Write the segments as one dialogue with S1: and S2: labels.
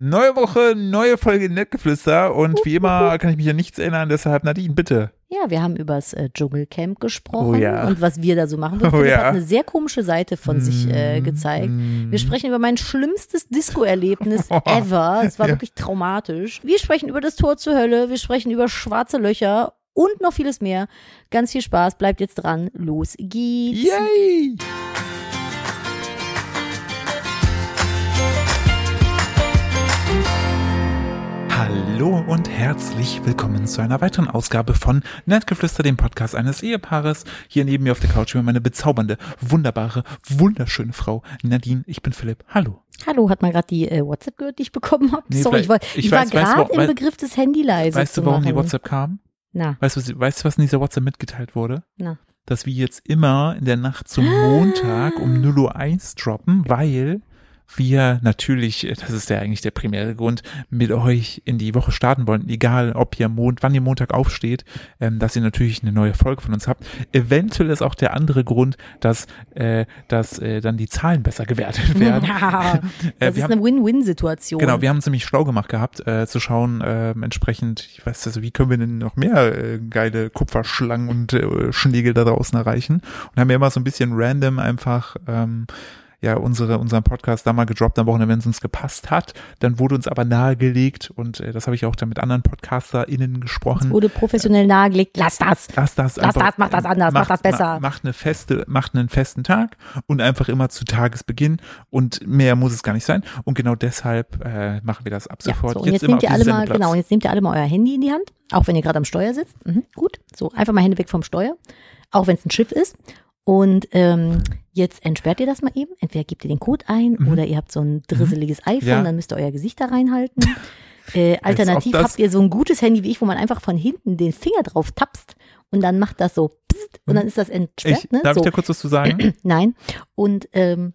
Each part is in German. S1: Neue Woche, neue Folge Nettgeflüster und wie immer kann ich mich an nichts erinnern, deshalb Nadine, bitte.
S2: Ja, wir haben übers äh, Dschungelcamp gesprochen
S1: Oh ja.
S2: und was wir da so machen.
S1: Oh
S2: Philipp
S1: ja.
S2: hat eine sehr komische Seite von sich äh,
S1: Mm,
S2: gezeigt.
S1: mm.
S2: Wir sprechen über mein schlimmstes Disco-Erlebnis ever. Es war wirklich traumatisch. Wir sprechen über das Tor zur Hölle, wir sprechen über schwarze Löcher und noch vieles mehr. Ganz viel Spaß, bleibt jetzt dran. Los geht's.
S1: Yay! Hallo und herzlich willkommen zu einer weiteren Ausgabe von Nettgeflüster, dem Podcast eines Ehepaares. Hier neben mir auf der Couch über meine bezaubernde, wunderbare, wunderschöne Frau Nadine. Ich bin Philipp. Hallo.
S2: Hallo, hat man gerade die äh, WhatsApp gehört, die ich bekommen habe?
S1: Nee,
S2: Sorry, ich,
S1: vielleicht-
S2: wollt,
S1: ich
S2: ich,
S1: weiß-
S2: war
S1: weiß,
S2: gerade
S1: wo-
S2: im Begriff, das Handy leise
S1: weißt
S2: zu
S1: du, warum
S2: machen.
S1: die WhatsApp kam?
S2: Na,
S1: Weißt du, was- weißt du, was in dieser WhatsApp mitgeteilt wurde?
S2: na.
S1: dass wir jetzt immer in der Nacht zum Montag um 0.01 Uhr droppen, weil wir natürlich, äh, das ist ja eigentlich der primäre Grund, mit euch in die Woche starten wollen, egal ob ihr Mond, wann ihr Montag aufsteht, ähm, dass ihr natürlich eine neue Folge von uns habt. Eventuell ist auch der andere Grund, dass, äh, dass äh, dann die Zahlen besser gewertet werden.
S2: Na,
S1: Äh, wir
S2: das ist
S1: haben-
S2: eine Win-Win-Situation.
S1: Genau, wir haben uns nämlich schlau gemacht gehabt, äh, zu schauen, äh, entsprechend, ich weiß also, wie können wir denn noch mehr äh, geile Kupferschlangen und äh, Schläge da draußen erreichen? Und haben ja immer so ein bisschen random einfach ähm, ja unsere, unseren Podcast da mal gedroppt am Wochenende, wenn es uns gepasst hat. Dann wurde uns aber nahegelegt und äh, das habe ich auch dann mit anderen PodcasterInnen gesprochen.
S2: wurde professionell nahegelegt, lass das.
S1: Lass das
S2: Lass
S1: einfach,
S2: das, mach das
S1: äh,
S2: anders, mach das besser.
S1: ma- Macht eine feste, macht einen festen Tag und einfach immer zu Tagesbeginn und mehr muss es gar nicht sein. Und genau deshalb äh, machen wir das ab
S2: Ja,
S1: sofort.
S2: so, und jetzt,
S1: immer
S2: nehmt ihr
S1: auf
S2: alle
S1: diesem
S2: mal,
S1: Sendeplatz.
S2: genau, und jetzt nehmt ihr alle mal euer Handy in die Hand, auch wenn ihr gerade am Steuer sitzt. Mhm, gut, so einfach mal Hände weg vom Steuer, auch wenn es ein Schiff ist. Und ähm, jetzt entsperrt ihr das mal eben. Entweder gebt ihr den Code ein oder ihr habt so ein drisseliges iPhone,
S1: Mhm. Ja.
S2: dann müsst ihr euer Gesicht da reinhalten. Äh,
S1: Als ob
S2: alternativ
S1: das-
S2: habt ihr so ein gutes Handy wie ich, wo man einfach von hinten den Finger drauf tapst und dann macht das so pssst, und dann ist das entsperrt.
S1: Mhm. Ich,
S2: ne?
S1: darf
S2: so.
S1: ich da kurz was zu sagen?
S2: Nein. Und ähm,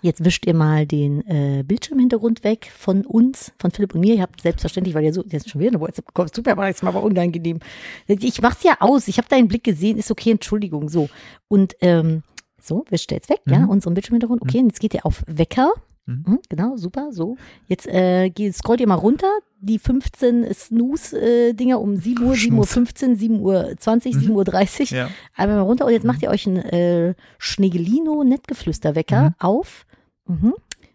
S2: jetzt wischt ihr mal den äh, Bildschirmhintergrund weg von uns, von Philipp und mir. Ihr habt selbstverständlich, weil ihr so jetzt schon wieder eine WhatsApp bekommt, es tut mir aber jetzt mal aber unangenehm. Ich mach's ja aus. Ich habe deinen Blick gesehen. Ist okay, Entschuldigung. So und ähm, so wischt ihr jetzt weg, ja,
S1: Mhm.
S2: unseren Bildschirmhintergrund. Okay, und jetzt geht ihr auf Wecker.
S1: Mhm.
S2: Mhm, genau, super, so. Jetzt äh, geht, scrollt ihr mal runter, die 15 Snooze-Dinger um 7 Uhr, 7 Uhr
S1: Schnooze. Mhm.
S2: 15, 7 Uhr 20, 7 Uhr 30.
S1: ja.
S2: Einmal mal runter und jetzt macht ihr euch einen äh, Schnegelino-Nettgeflüsterwecker
S1: Mhm.
S2: auf mhm,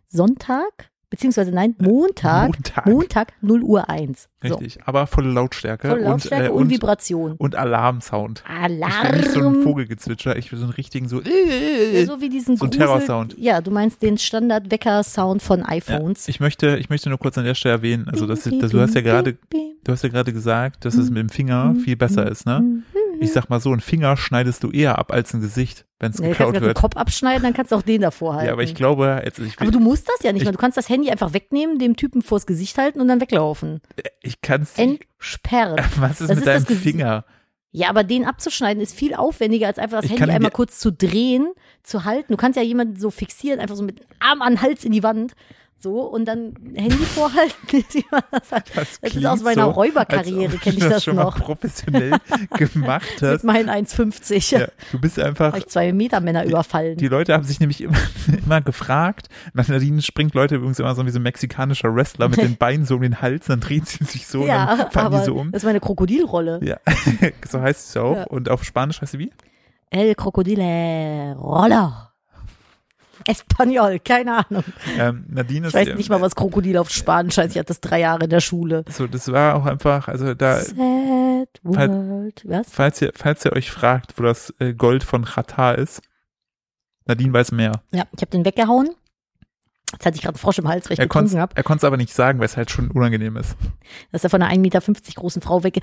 S2: Sonntag, beziehungsweise nein, Montag,
S1: Äh, Montag.
S2: Montag 0 Uhr 1. So,
S1: Richtig, aber volle Lautstärke,
S2: volle Lautstärke und,
S1: und, äh, und,
S2: Vibration.
S1: und Alarmsound. Ich will nicht so einen
S2: Alarm!
S1: Vogelgezwitscher, ich will so einen richtigen so.
S2: Ja, so wie diesen
S1: so ein
S2: Grusel-
S1: Terrorsound.
S2: Ja, du meinst den Standard-Wecker-Sound von
S1: ja,
S2: iPhones.
S1: ich möchte, ich möchte nur kurz an der Stelle erwähnen, also das, das, du hast ja gerade, du hast ja gerade gesagt, dass es mit dem Finger
S2: Mhm.
S1: viel besser ist, ne? Ich sag mal so, einen Finger schneidest du eher ab als ein Gesicht, wenn es
S2: Nee, kannst du
S1: geklaut
S2: den
S1: wird.
S2: Kopf abschneiden, dann kannst du auch den davor halten.
S1: Ja, aber ich glaube, jetzt, ich,
S2: Aber du musst das ja nicht
S1: Ich-
S2: mehr. Du kannst das Handy einfach wegnehmen, dem Typen vors Gesicht halten und dann weglaufen.
S1: ich Äh, kann's.
S2: Entsperren.
S1: Was ist
S2: das
S1: mit
S2: ist
S1: deinem
S2: das Gesi-
S1: Finger?
S2: Ja, aber den abzuschneiden ist viel aufwendiger, als einfach
S1: Ich
S2: das
S1: kann
S2: Handy
S1: ihn
S2: einmal
S1: dir-
S2: kurz zu drehen, zu halten. Du kannst ja jemanden so fixieren, einfach so mit dem Arm an den Hals in die Wand. So, und dann Handy vorhalten. wie man das hat.
S1: Das,
S2: Das ist
S1: klingt
S2: aus meiner
S1: so,
S2: Räuberkarriere,
S1: als ob
S2: kenn ich
S1: du
S2: das
S1: schon
S2: noch.
S1: mal professionell gemacht
S2: Mit
S1: hast.
S2: meinen 1,50.
S1: Ja, du bist einfach.
S2: Habe ich zwei Meter Männer überfallen.
S1: Die Leute haben sich nämlich immer, immer gefragt. Nach Nadine springt Leute übrigens immer so wie so ein mexikanischer Wrestler mit den Beinen so um den Hals, dann dreht sie sich so und
S2: ja,
S1: dann fallen
S2: aber
S1: die so um.
S2: das ist meine Krokodilrolle.
S1: Ja, so heißt es auch.
S2: Ja.
S1: Und auf Spanisch heißt sie wie?
S2: El Krokodile Roller. Espanol, keine Ahnung.
S1: Ähm, Nadine
S2: Ich
S1: ist.
S2: weiß nicht mal, was Krokodil auf Spanisch heißt. Ich hatte das drei Jahre in der Schule.
S1: So, das war auch einfach, also da,
S2: Sad World. Was?
S1: falls ihr, falls ihr euch fragt, wo das äh, Gold von Qatar ist, Nadine weiß mehr.
S2: Ja, ich habe den weggehauen. Jetzt hatte ich gerade einen Frosch im Hals, weil ich
S1: Er
S2: getrunken
S1: konnte
S2: habe.
S1: es aber nicht sagen, weil es halt schon unangenehm ist.
S2: Dass er von einer 1,50 Meter großen Frau weg.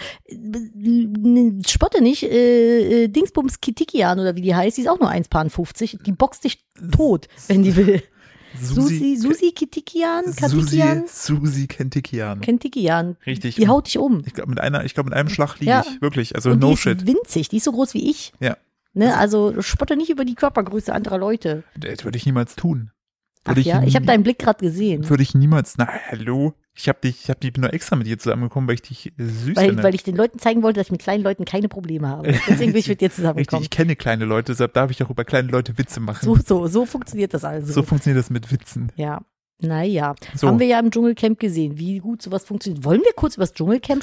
S2: Spotte nicht, äh, äh, Dingsbums Kitikian oder wie die heißt, die ist auch nur 1,50. Die boxt dich tot, wenn die will. Susi, Susi Kitikian,
S1: Susi,
S2: Katikian,
S1: Susi Kentikian.
S2: Kentikian.
S1: Richtig.
S2: Die haut dich um.
S1: Ich glaube, mit einer, ich glaube, mit einem Schlag liege
S2: Ja.
S1: ich. Wirklich. Also
S2: Und
S1: no
S2: die
S1: shit.
S2: ist winzig, die ist so groß wie ich.
S1: Ja.
S2: Ne, also spotte nicht über die Körpergröße anderer Leute.
S1: Das würde ich niemals tun.
S2: Ach
S1: Würde
S2: ja, ich habe
S1: nie-
S2: deinen Blick gerade gesehen,
S1: Würde ich niemals. Na, hallo? Ich habe dich, ich hab, ich bin nur extra mit dir zusammengekommen, weil ich dich äh, süß
S2: weil,
S1: finde.
S2: weil ich den Leuten zeigen wollte, dass ich mit kleinen Leuten keine Probleme habe. Deswegen bin ich mit dir
S1: Richtig,
S2: zusammengekommen.
S1: ich kenne kleine Leute, deshalb darf ich auch über kleine Leute Witze machen.
S2: So,
S1: So,
S2: so, so funktioniert das also.
S1: funktioniert das mit Witzen.
S2: ja. Naja,
S1: So.
S2: haben wir ja im Dschungelcamp gesehen, wie gut sowas funktioniert. Wollen wir kurz über das Dschungelcamp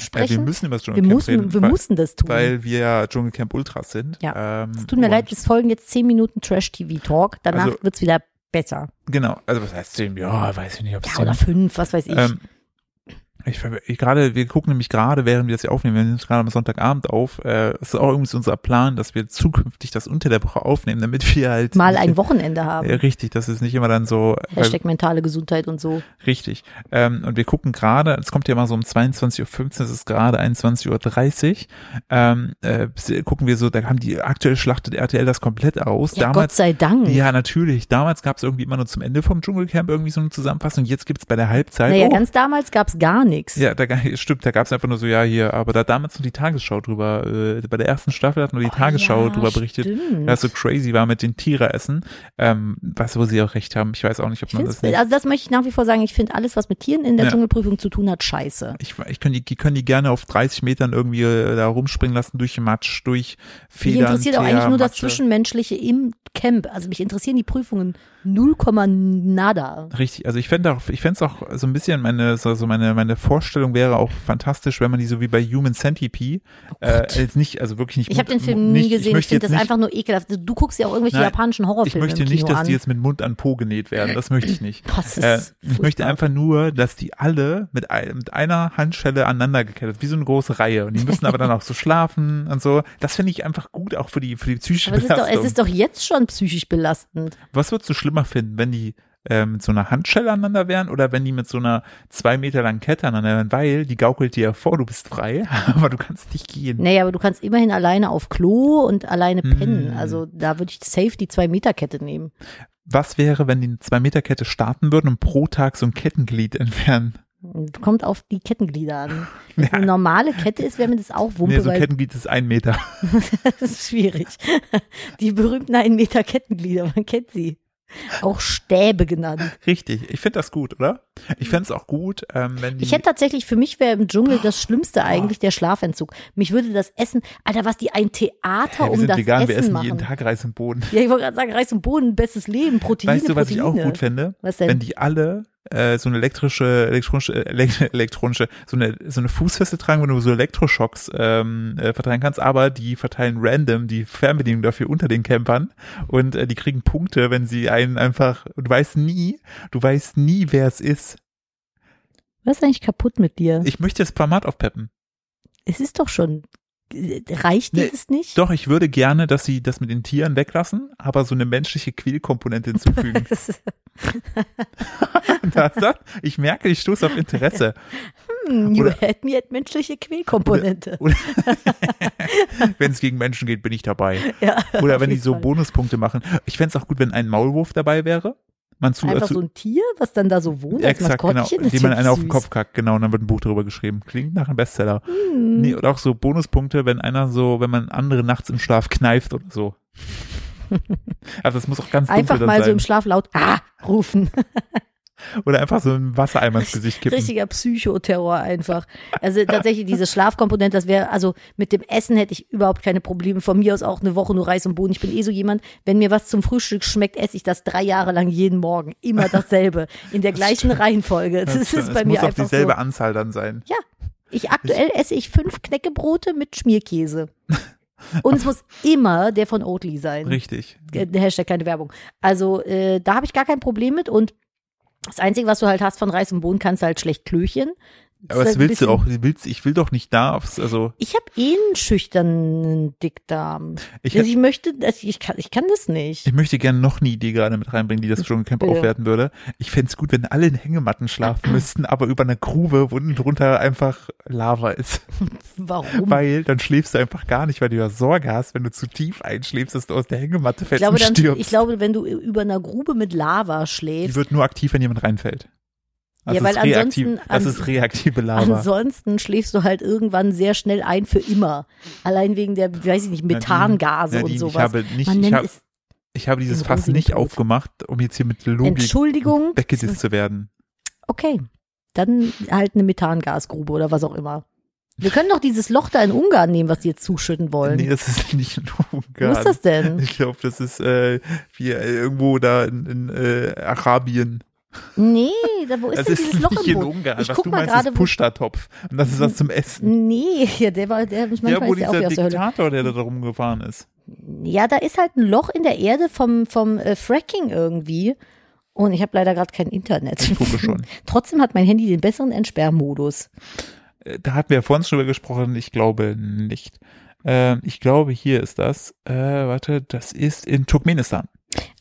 S1: Äh, wir
S2: sprechen?
S1: müssen über das
S2: wir
S1: Dschungelcamp
S2: mussten,
S1: reden,
S2: wir
S1: weil,
S2: mussten das tun.
S1: weil wir ja Dschungelcamp Ultras sind.
S2: Ja.
S1: Ähm,
S2: es tut mir
S1: und-
S2: leid, es folgen jetzt 10 Minuten Trash-TV-Talk. Danach
S1: Also-
S2: wird's wieder besser.
S1: Genau, also was heißt dem? Ja, weiß ich nicht, ob es
S2: Ja, oder fünf, was weiß ich.
S1: Ähm, ich, ver- ich gerade, wir gucken nämlich gerade, während wir das hier aufnehmen, wir nehmen es gerade am Sonntagabend auf. äh, Es ist auch übrigens unser Plan, dass wir zukünftig das unter der Woche aufnehmen, damit wir halt
S2: Mal
S1: nicht-
S2: ein Wochenende haben.
S1: Ja, richtig, das ist nicht immer dann so. weil-
S2: Hashtag mentale Gesundheit und so.
S1: Richtig. Ähm, und wir gucken gerade, es kommt ja mal so um 22.15 Uhr, es ist gerade 21.30 Uhr, ähm, äh, gucken wir so, da haben die aktuelle schlachtet RTL das komplett aus.
S2: Ja, Gott
S1: Damals
S2: sei Dank.
S1: ja, natürlich. Damals gab es irgendwie immer nur zum Ende vom Dschungelcamp irgendwie so eine Zusammenfassung. Jetzt gibt's bei der Halbzeit.
S2: naja,
S1: oh,
S2: ganz damals gab's gar nichts.
S1: Ja, da, ga- stimmt, da gab's einfach nur so, ja, hier, aber da damals nur die Tagesschau drüber, äh, bei der ersten Staffel hat nur die
S2: Oh,
S1: Tagesschau
S2: ja,
S1: drüber berichtet,
S2: Stimmt.
S1: was so crazy war mit den Tiereressen, ähm, was, wo sie auch recht haben, ich weiß auch nicht, ob
S2: ich
S1: man
S2: find's,
S1: das nicht,
S2: also das möchte ich nach wie vor sagen, ich finde alles, was mit Tieren in der
S1: Ja.
S2: Dschungelprüfung zu tun hat, scheiße.
S1: ich, ich können die, die können die gerne auf 30 Metern irgendwie äh, da rumspringen lassen, durch Matsch, durch Federn.
S2: Mich interessiert auch
S1: Teer,
S2: eigentlich nur das
S1: Matsche.
S2: Zwischenmenschliche im Camp. Also mich interessieren die Prüfungen 0, nada.
S1: Richtig, also ich fände auch, ich fänd's auch so ein bisschen, meine, so, so meine, meine Vorstellung wäre auch fantastisch, wenn man die so wie bei Human Centipede, äh, jetzt nicht, also wirklich nicht.
S2: Oh Ich habe den
S1: mit-
S2: Film nie
S1: nicht,
S2: gesehen. Ich,
S1: möchte
S2: finde
S1: jetzt
S2: das
S1: nicht,
S2: einfach nur ekelhaft. Du guckst ja auch irgendwelche
S1: Nein,
S2: japanischen
S1: Ich
S2: Horrorfilme
S1: möchte
S2: im
S1: nicht,
S2: Kino
S1: dass die
S2: an.
S1: jetzt mit Mund an Po genäht werden. Das möchte ich nicht.
S2: Das ist
S1: Äh, ich
S2: furchtbar.
S1: möchte einfach nur, dass die alle mit, ein, mit einer Handschelle aneinander gekettet, wie so eine große Reihe. Und die müssen aber dann auch so schlafen und so. Das finde ich einfach gut, auch für die, für die psychische
S2: Aber es ist, doch,
S1: Belastung.
S2: es ist doch jetzt schon psychisch belastend.
S1: Was würdest du schlimmer finden, wenn die äh, mit so einer Handschelle aneinander wären oder wenn die mit so einer zwei Meter langen Kette aneinander wären? Weil die gaukelt dir vor, du bist frei, aber du kannst nicht gehen.
S2: Naja, aber du kannst immerhin alleine auf Klo und alleine pennen.
S1: Mm.
S2: Also da würde ich safe die Zwei-Meter-Kette nehmen.
S1: Was wäre, wenn die eine zwei Meter Kette starten würden und pro Tag so ein Kettenglied entfernen?
S2: Kommt auf die Kettenglieder an. Wenn es eine normale Kette ist, wäre mir das auch Wumpe,
S1: Nee, so ein
S2: weil
S1: Kettenglied ist ein Meter.
S2: das ist schwierig. Die berühmten 1 Meter Kettenglieder, man kennt sie. Auch Stäbe genannt.
S1: Richtig, ich finde das gut, oder? Ich fände es auch gut, ähm, wenn die.
S2: Hm. Ich hätte tatsächlich, für mich wäre im Dschungel das Schlimmste eigentlich der Schlafentzug. Mich würde das Essen, Alter, was die ein Theater
S1: ja, wir
S2: um
S1: sind
S2: das
S1: vegan,
S2: Essen
S1: wir essen
S2: machen.
S1: jeden Tag Reis im Boden.
S2: Ja, ich wollte gerade sagen, Reis und Boden, bestes Leben, Proteine,
S1: Weißt du, was ich
S2: Proteine.
S1: auch gut fände?
S2: Was denn?
S1: Wenn die alle äh, so eine elektrische, elektronische, äh, elekt- elektronische, so eine, so eine Fußfessel tragen, wo du so Elektroschocks ähm, äh, verteilen kannst, aber die verteilen random die Fernbedienung dafür unter den Campern und äh, die kriegen Punkte, wenn sie einen einfach, du weißt nie, du weißt nie, wer es ist.
S2: Was ist eigentlich kaputt mit dir?
S1: Ich möchte das Format aufpeppen.
S2: es ist doch schon. äh, Reicht dir
S1: Nee,
S2: das nicht?
S1: Doch, ich würde gerne, dass sie das mit den Tieren weglassen, aber so eine menschliche Quälkomponente hinzufügen.
S2: Das ist-
S1: das, das, ich merke, ich stoße auf Interesse.
S2: Hm, you
S1: Oder-
S2: had me at menschliche Quälkomponente.
S1: Wenn es gegen Menschen geht, bin ich dabei.
S2: Ja,
S1: Oder
S2: auf
S1: wenn die
S2: jeden
S1: so
S2: Fall.
S1: Bonuspunkte machen. Ich fänd's auch gut, wenn ein Maulwurf dabei wäre. Man zu,
S2: Einfach
S1: zu
S2: so ein Tier, was dann da so wohnt als
S1: also exakt, genau,
S2: Maskottchen. Das ist
S1: indem man
S2: ja
S1: einen auf den
S2: süß.
S1: Kopf kackt, genau, und dann wird ein Buch darüber geschrieben. Klingt nach einem Bestseller.
S2: Hm.
S1: Nee, oder auch so Bonuspunkte, wenn einer so, wenn man andere nachts im Schlaf kneift oder so. Also das muss auch ganz dunkel
S2: Einfach
S1: dann
S2: mal so
S1: sein.
S2: im Schlaf laut ah, rufen.
S1: oder einfach so ein Wassereimer ins Gesicht kippen.
S2: Richtiger Psychoterror einfach. Also tatsächlich diese Schlafkomponente, das wäre, also mit dem Essen hätte ich überhaupt keine Probleme. Von mir aus auch eine Woche nur Reis und Bohnen. Ich bin eh so jemand, wenn mir was zum Frühstück schmeckt, esse ich das drei Jahre lang jeden Morgen. Immer dasselbe. In der gleichen Reihenfolge. Das,
S1: stimmt.
S2: ist
S1: es
S2: bei
S1: muss
S2: mir
S1: auch
S2: einfach so.
S1: dieselbe Anzahl dann sein.
S2: Ja. Ich aktuell esse ich fünf Knäckebrote mit Schmierkäse. Und es muss immer der von Oatly sein.
S1: Richtig.
S2: Äh, Hashtag keine Werbung. Also äh, da habe ich gar kein Problem mit und das Einzige, was du halt hast von Reis und Bohnen, kannst du halt schlecht klöchen.
S1: Aber
S2: Ist
S1: das
S2: halt ein
S1: willst du
S2: bisschen-
S1: auch. Willst, ich will doch nicht da aufs, also
S2: Ich habe eh einen schüchternen Dickdarm.
S1: ich,
S2: Ich, also ich möchte, das- ich kann, ich kann das nicht.
S1: ich möchte gerne noch eine Idee gerade mit reinbringen, die das Dschungelcamp
S2: Bitte.
S1: aufwerten würde. Ich fänd's gut, wenn alle in Hängematten schlafen müssten, aber über einer Grube, wo unten drunter einfach Lava ist.
S2: Warum?
S1: Weil dann schläfst du einfach gar nicht, weil du ja Sorge hast, wenn du zu tief einschläfst, dass du aus der Hängematte
S2: ich
S1: fällst
S2: glaube,
S1: und
S2: dann,
S1: stirbst.
S2: ich glaube, wenn du über einer Grube mit Lava
S1: die
S2: schläfst,
S1: wird nur aktiv, wenn jemand reinfällt. Also
S2: Ja, weil
S1: ist reaktiv,
S2: ansonsten-
S1: das ist reaktive Lava.
S2: ansonsten schläfst du halt irgendwann sehr schnell ein für immer. Allein wegen der, weiß ich nicht, Methangase
S1: Nadine,
S2: und sowas.
S1: Ne, Ich habe, nicht,
S2: Man
S1: ich,
S2: nennt
S1: hab,
S2: es
S1: ich habe dieses
S2: den
S1: Fass
S2: rosigen
S1: nicht
S2: Tod.
S1: aufgemacht, um jetzt hier mit Logik
S2: Entschuldigung.
S1: weggedisst zu werden.
S2: Okay, dann halt eine Methangasgrube oder was auch immer. Wir können doch dieses Loch da in Ungarn nehmen, was die jetzt zuschütten wollen.
S1: Nee, das ist nicht in
S2: Wo
S1: Ungarn.
S2: ist das denn?
S1: Ich glaube, das ist äh, wie, äh, irgendwo da in, in äh, Arabien.
S2: Nee, da, wo ist
S1: das
S2: denn
S1: ist
S2: dieses Loch
S1: nicht
S2: im
S1: in
S2: Boot?
S1: Ungarn.
S2: Ich
S1: Was
S2: guck
S1: du
S2: mal
S1: meinst, ist
S2: gerade, wo,
S1: Pushta-Topf. Und das ist was zum Essen.
S2: nee, ja, der war, der, manchmal
S1: Ja, wo
S2: ist der auch
S1: dieser
S2: wieder aus der Hölle. Hm.
S1: Diktator, der da drum gefahren ist.
S2: Ja, da ist halt ein Loch in der Erde vom, vom äh, Fracking irgendwie. Und ich habe leider gerade kein Internet.
S1: Ich gucke schon.
S2: Trotzdem hat mein Handy den besseren Entsperrmodus.
S1: Äh, Da hatten wir ja vorhin schon drüber gesprochen. Ich glaube nicht. Ähm, ich glaube, hier ist das. Äh, warte, das ist in Turkmenistan.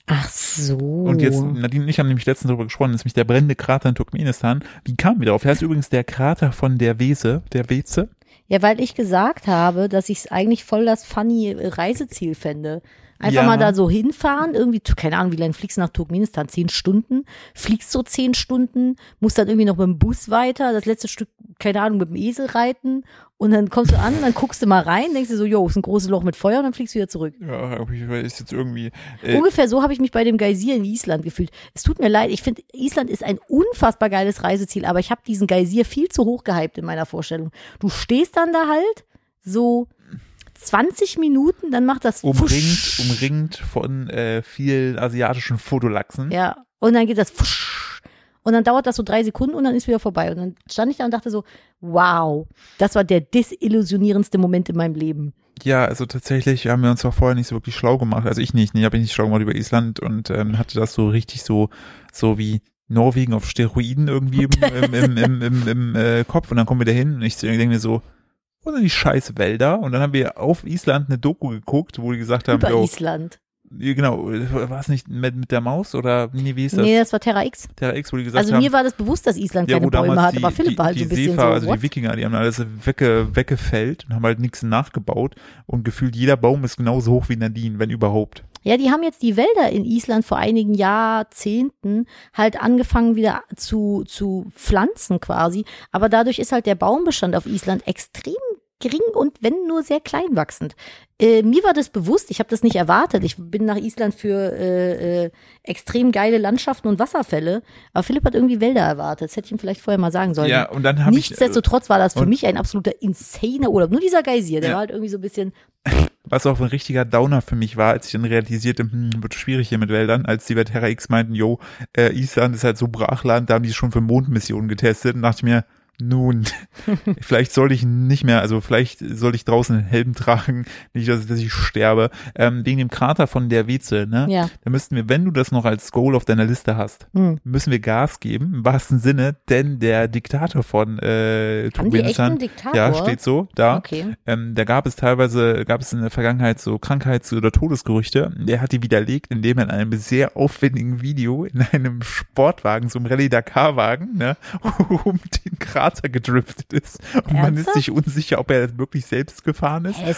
S2: Ach so.
S1: Und
S2: Oh.
S1: jetzt, Nadine und ich haben nämlich letztens darüber gesprochen, ist nämlich der brennende Krater in Turkmenistan. Wie kamen wir darauf? Der ist übrigens der Krater von der Wese, der Weze.
S2: Ja, weil ich gesagt habe, dass ich es eigentlich voll das funny äh, Reiseziel fände. Einfach
S1: Ja.
S2: mal da so hinfahren, irgendwie, tu- keine Ahnung, wie lange fliegst du nach Turkmenistan? Zehn Stunden? Fliegst so zehn Stunden, musst dann irgendwie noch mit dem Bus weiter, das letzte Stück, keine Ahnung, mit dem Esel reiten und dann kommst du an, dann guckst du mal rein, denkst dir so, jo, ist ein großes Loch mit Feuer und dann fliegst du wieder zurück.
S1: Ja, ist jetzt irgendwie. äh,
S2: Ungefähr so habe ich mich bei dem Geysir in Island gefühlt. Es tut mir leid, ich finde, Island ist ein unfassbar geiles Reiseziel, aber ich habe diesen Geysir viel zu hoch gehypt in meiner Vorstellung. Du stehst dann da halt so 20 Minuten, dann macht das
S1: umringt,
S2: Fusch.
S1: umringt von äh, vielen asiatischen Fotolachsen.
S2: Ja, und dann geht das Fusch. Und dann dauert das so drei Sekunden und dann ist wieder vorbei. Und dann stand ich da und dachte so, wow, das war der desillusionierendste Moment in meinem Leben.
S1: Ja, also tatsächlich haben wir uns auch vorher nicht so wirklich schlau gemacht. Also ich nicht, nee, habe ich nicht schlau gemacht über Island und ähm, hatte das so richtig so, so wie Norwegen auf Steroiden irgendwie im, im, im, im, im, im äh, Kopf. Und dann kommen wir da hin und ich denke mir so, wo sind die scheiß Wälder? Und dann haben wir auf Island eine Doku geguckt, wo die gesagt haben,
S2: Über
S1: yo,
S2: Island.
S1: genau, war es nicht mit, mit der Maus oder nee, wie ist das?
S2: Nee, das war Terra X.
S1: Terra X, wo die gesagt
S2: Also
S1: haben,
S2: mir war das bewusst, dass Island
S1: ja,
S2: keine
S1: wo
S2: Bäume
S1: damals
S2: hat,
S1: die,
S2: aber Philipp war halt
S1: die,
S2: so ein
S1: die
S2: bisschen so,
S1: Seefahrer, also
S2: what?
S1: die Wikinger, die haben alles wegge, weggefällt und haben halt nichts nachgebaut und gefühlt jeder Baum ist genauso hoch wie Nadine, wenn überhaupt.
S2: Ja, die haben jetzt die Wälder in Island vor einigen Jahrzehnten halt angefangen wieder zu, zu pflanzen quasi. Aber dadurch ist halt der Baumbestand auf Island extrem gering und wenn nur sehr klein wachsend. Äh, mir war das bewusst, ich habe das nicht erwartet. Ich bin nach Island für äh, äh, extrem geile Landschaften und Wasserfälle. Aber Philipp hat irgendwie Wälder erwartet. Das hätte ich ihm vielleicht vorher mal sagen sollen.
S1: Ja, und dann habe ich, äh,
S2: Nichtsdestotrotz war das für
S1: und-
S2: mich ein absoluter insaner Urlaub. Nur dieser Geysir, der
S1: Ja.
S2: war halt irgendwie so ein bisschen,
S1: was auch ein richtiger Downer für mich war, als ich dann realisierte, hm, wird schwierig hier mit Wäldern, als die bei Terra X meinten, yo, äh, Island ist halt so Brachland, da haben die schon für Mondmissionen getestet und dachte ich mir, nun, vielleicht soll ich nicht mehr, also vielleicht soll ich draußen einen Helm tragen, nicht, dass, dass ich sterbe. Ähm, wegen dem Krater von der Weze, ne?
S2: ja.
S1: Da müssten wir, wenn du das noch als Goal auf deiner Liste hast,
S2: Hm.
S1: müssen wir Gas geben, im wahrsten Sinne, denn der Diktator von äh,
S2: Haben die echt einen
S1: Turkmenistan,
S2: Diktator?
S1: ja, steht so, da,
S2: Okay.
S1: ähm, da gab es teilweise, gab es in der Vergangenheit so Krankheits- oder Todesgerüchte, der hat die widerlegt, indem er in einem sehr aufwendigen Video in einem Sportwagen, so einem Rallye-Dakar-Wagen, ne, um den Krater gedriftet ist und man ist
S2: Ernsthaft?
S1: sich unsicher, ob er das wirklich selbst gefahren ist
S2: Hä,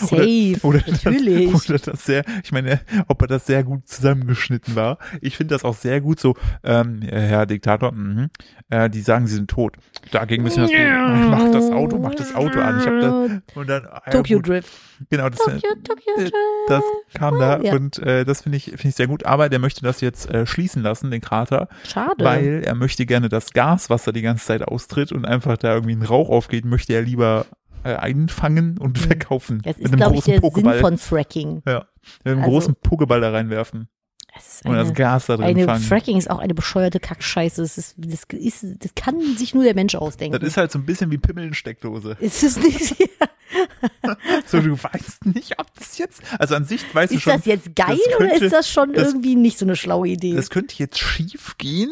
S2: safe,
S1: oder,
S2: natürlich.
S1: Das, oder das sehr, ich meine, ob er das sehr gut zusammengeschnitten war. Ich finde das auch sehr gut so, ähm, Herr Diktator, mhm, äh, die sagen, sie sind tot. Dagegen müssen wir das tun. Mach das Auto, mach das Auto an. Ich hab das, und dann, ah, ja,
S2: Tokyo
S1: gut.
S2: Drift.
S1: Genau, das,
S2: Tokyo, Tokyo
S1: äh,
S2: Drift.
S1: das kam da
S2: Ja.
S1: und äh, das finde ich, finde ich sehr gut. Aber der möchte das jetzt äh, schließen lassen, den Krater,
S2: Schade.
S1: weil er möchte gerne das Gas, was da die ganze Zeit austritt und einfach da irgendwie ein Rauch aufgeht, möchte er lieber äh, einfangen und verkaufen.
S2: Mhm. das
S1: mit
S2: ist,
S1: einem
S2: glaube ich,
S1: großen
S2: der
S1: Pokéball.
S2: Sinn von Fracking.
S1: Ja, einen
S2: Also-
S1: großen Pokéball da reinwerfen
S2: Es ist
S1: und das
S2: eine,
S1: Gas da drin
S2: eine
S1: fangen.
S2: Fracking ist auch eine bescheuerte Kackscheiße. Das, ist, das, ist, das kann sich nur der Mensch ausdenken.
S1: das ist halt so ein bisschen wie Pimmel in Steckdose.
S2: ist es nicht,
S1: So, du weißt nicht, ob das jetzt, also an sich weißt du
S2: ist
S1: schon,
S2: das jetzt geil
S1: das
S2: oder
S1: könnte-
S2: ist das schon
S1: das-
S2: irgendwie nicht so eine schlaue Idee?
S1: das könnte jetzt schief gehen,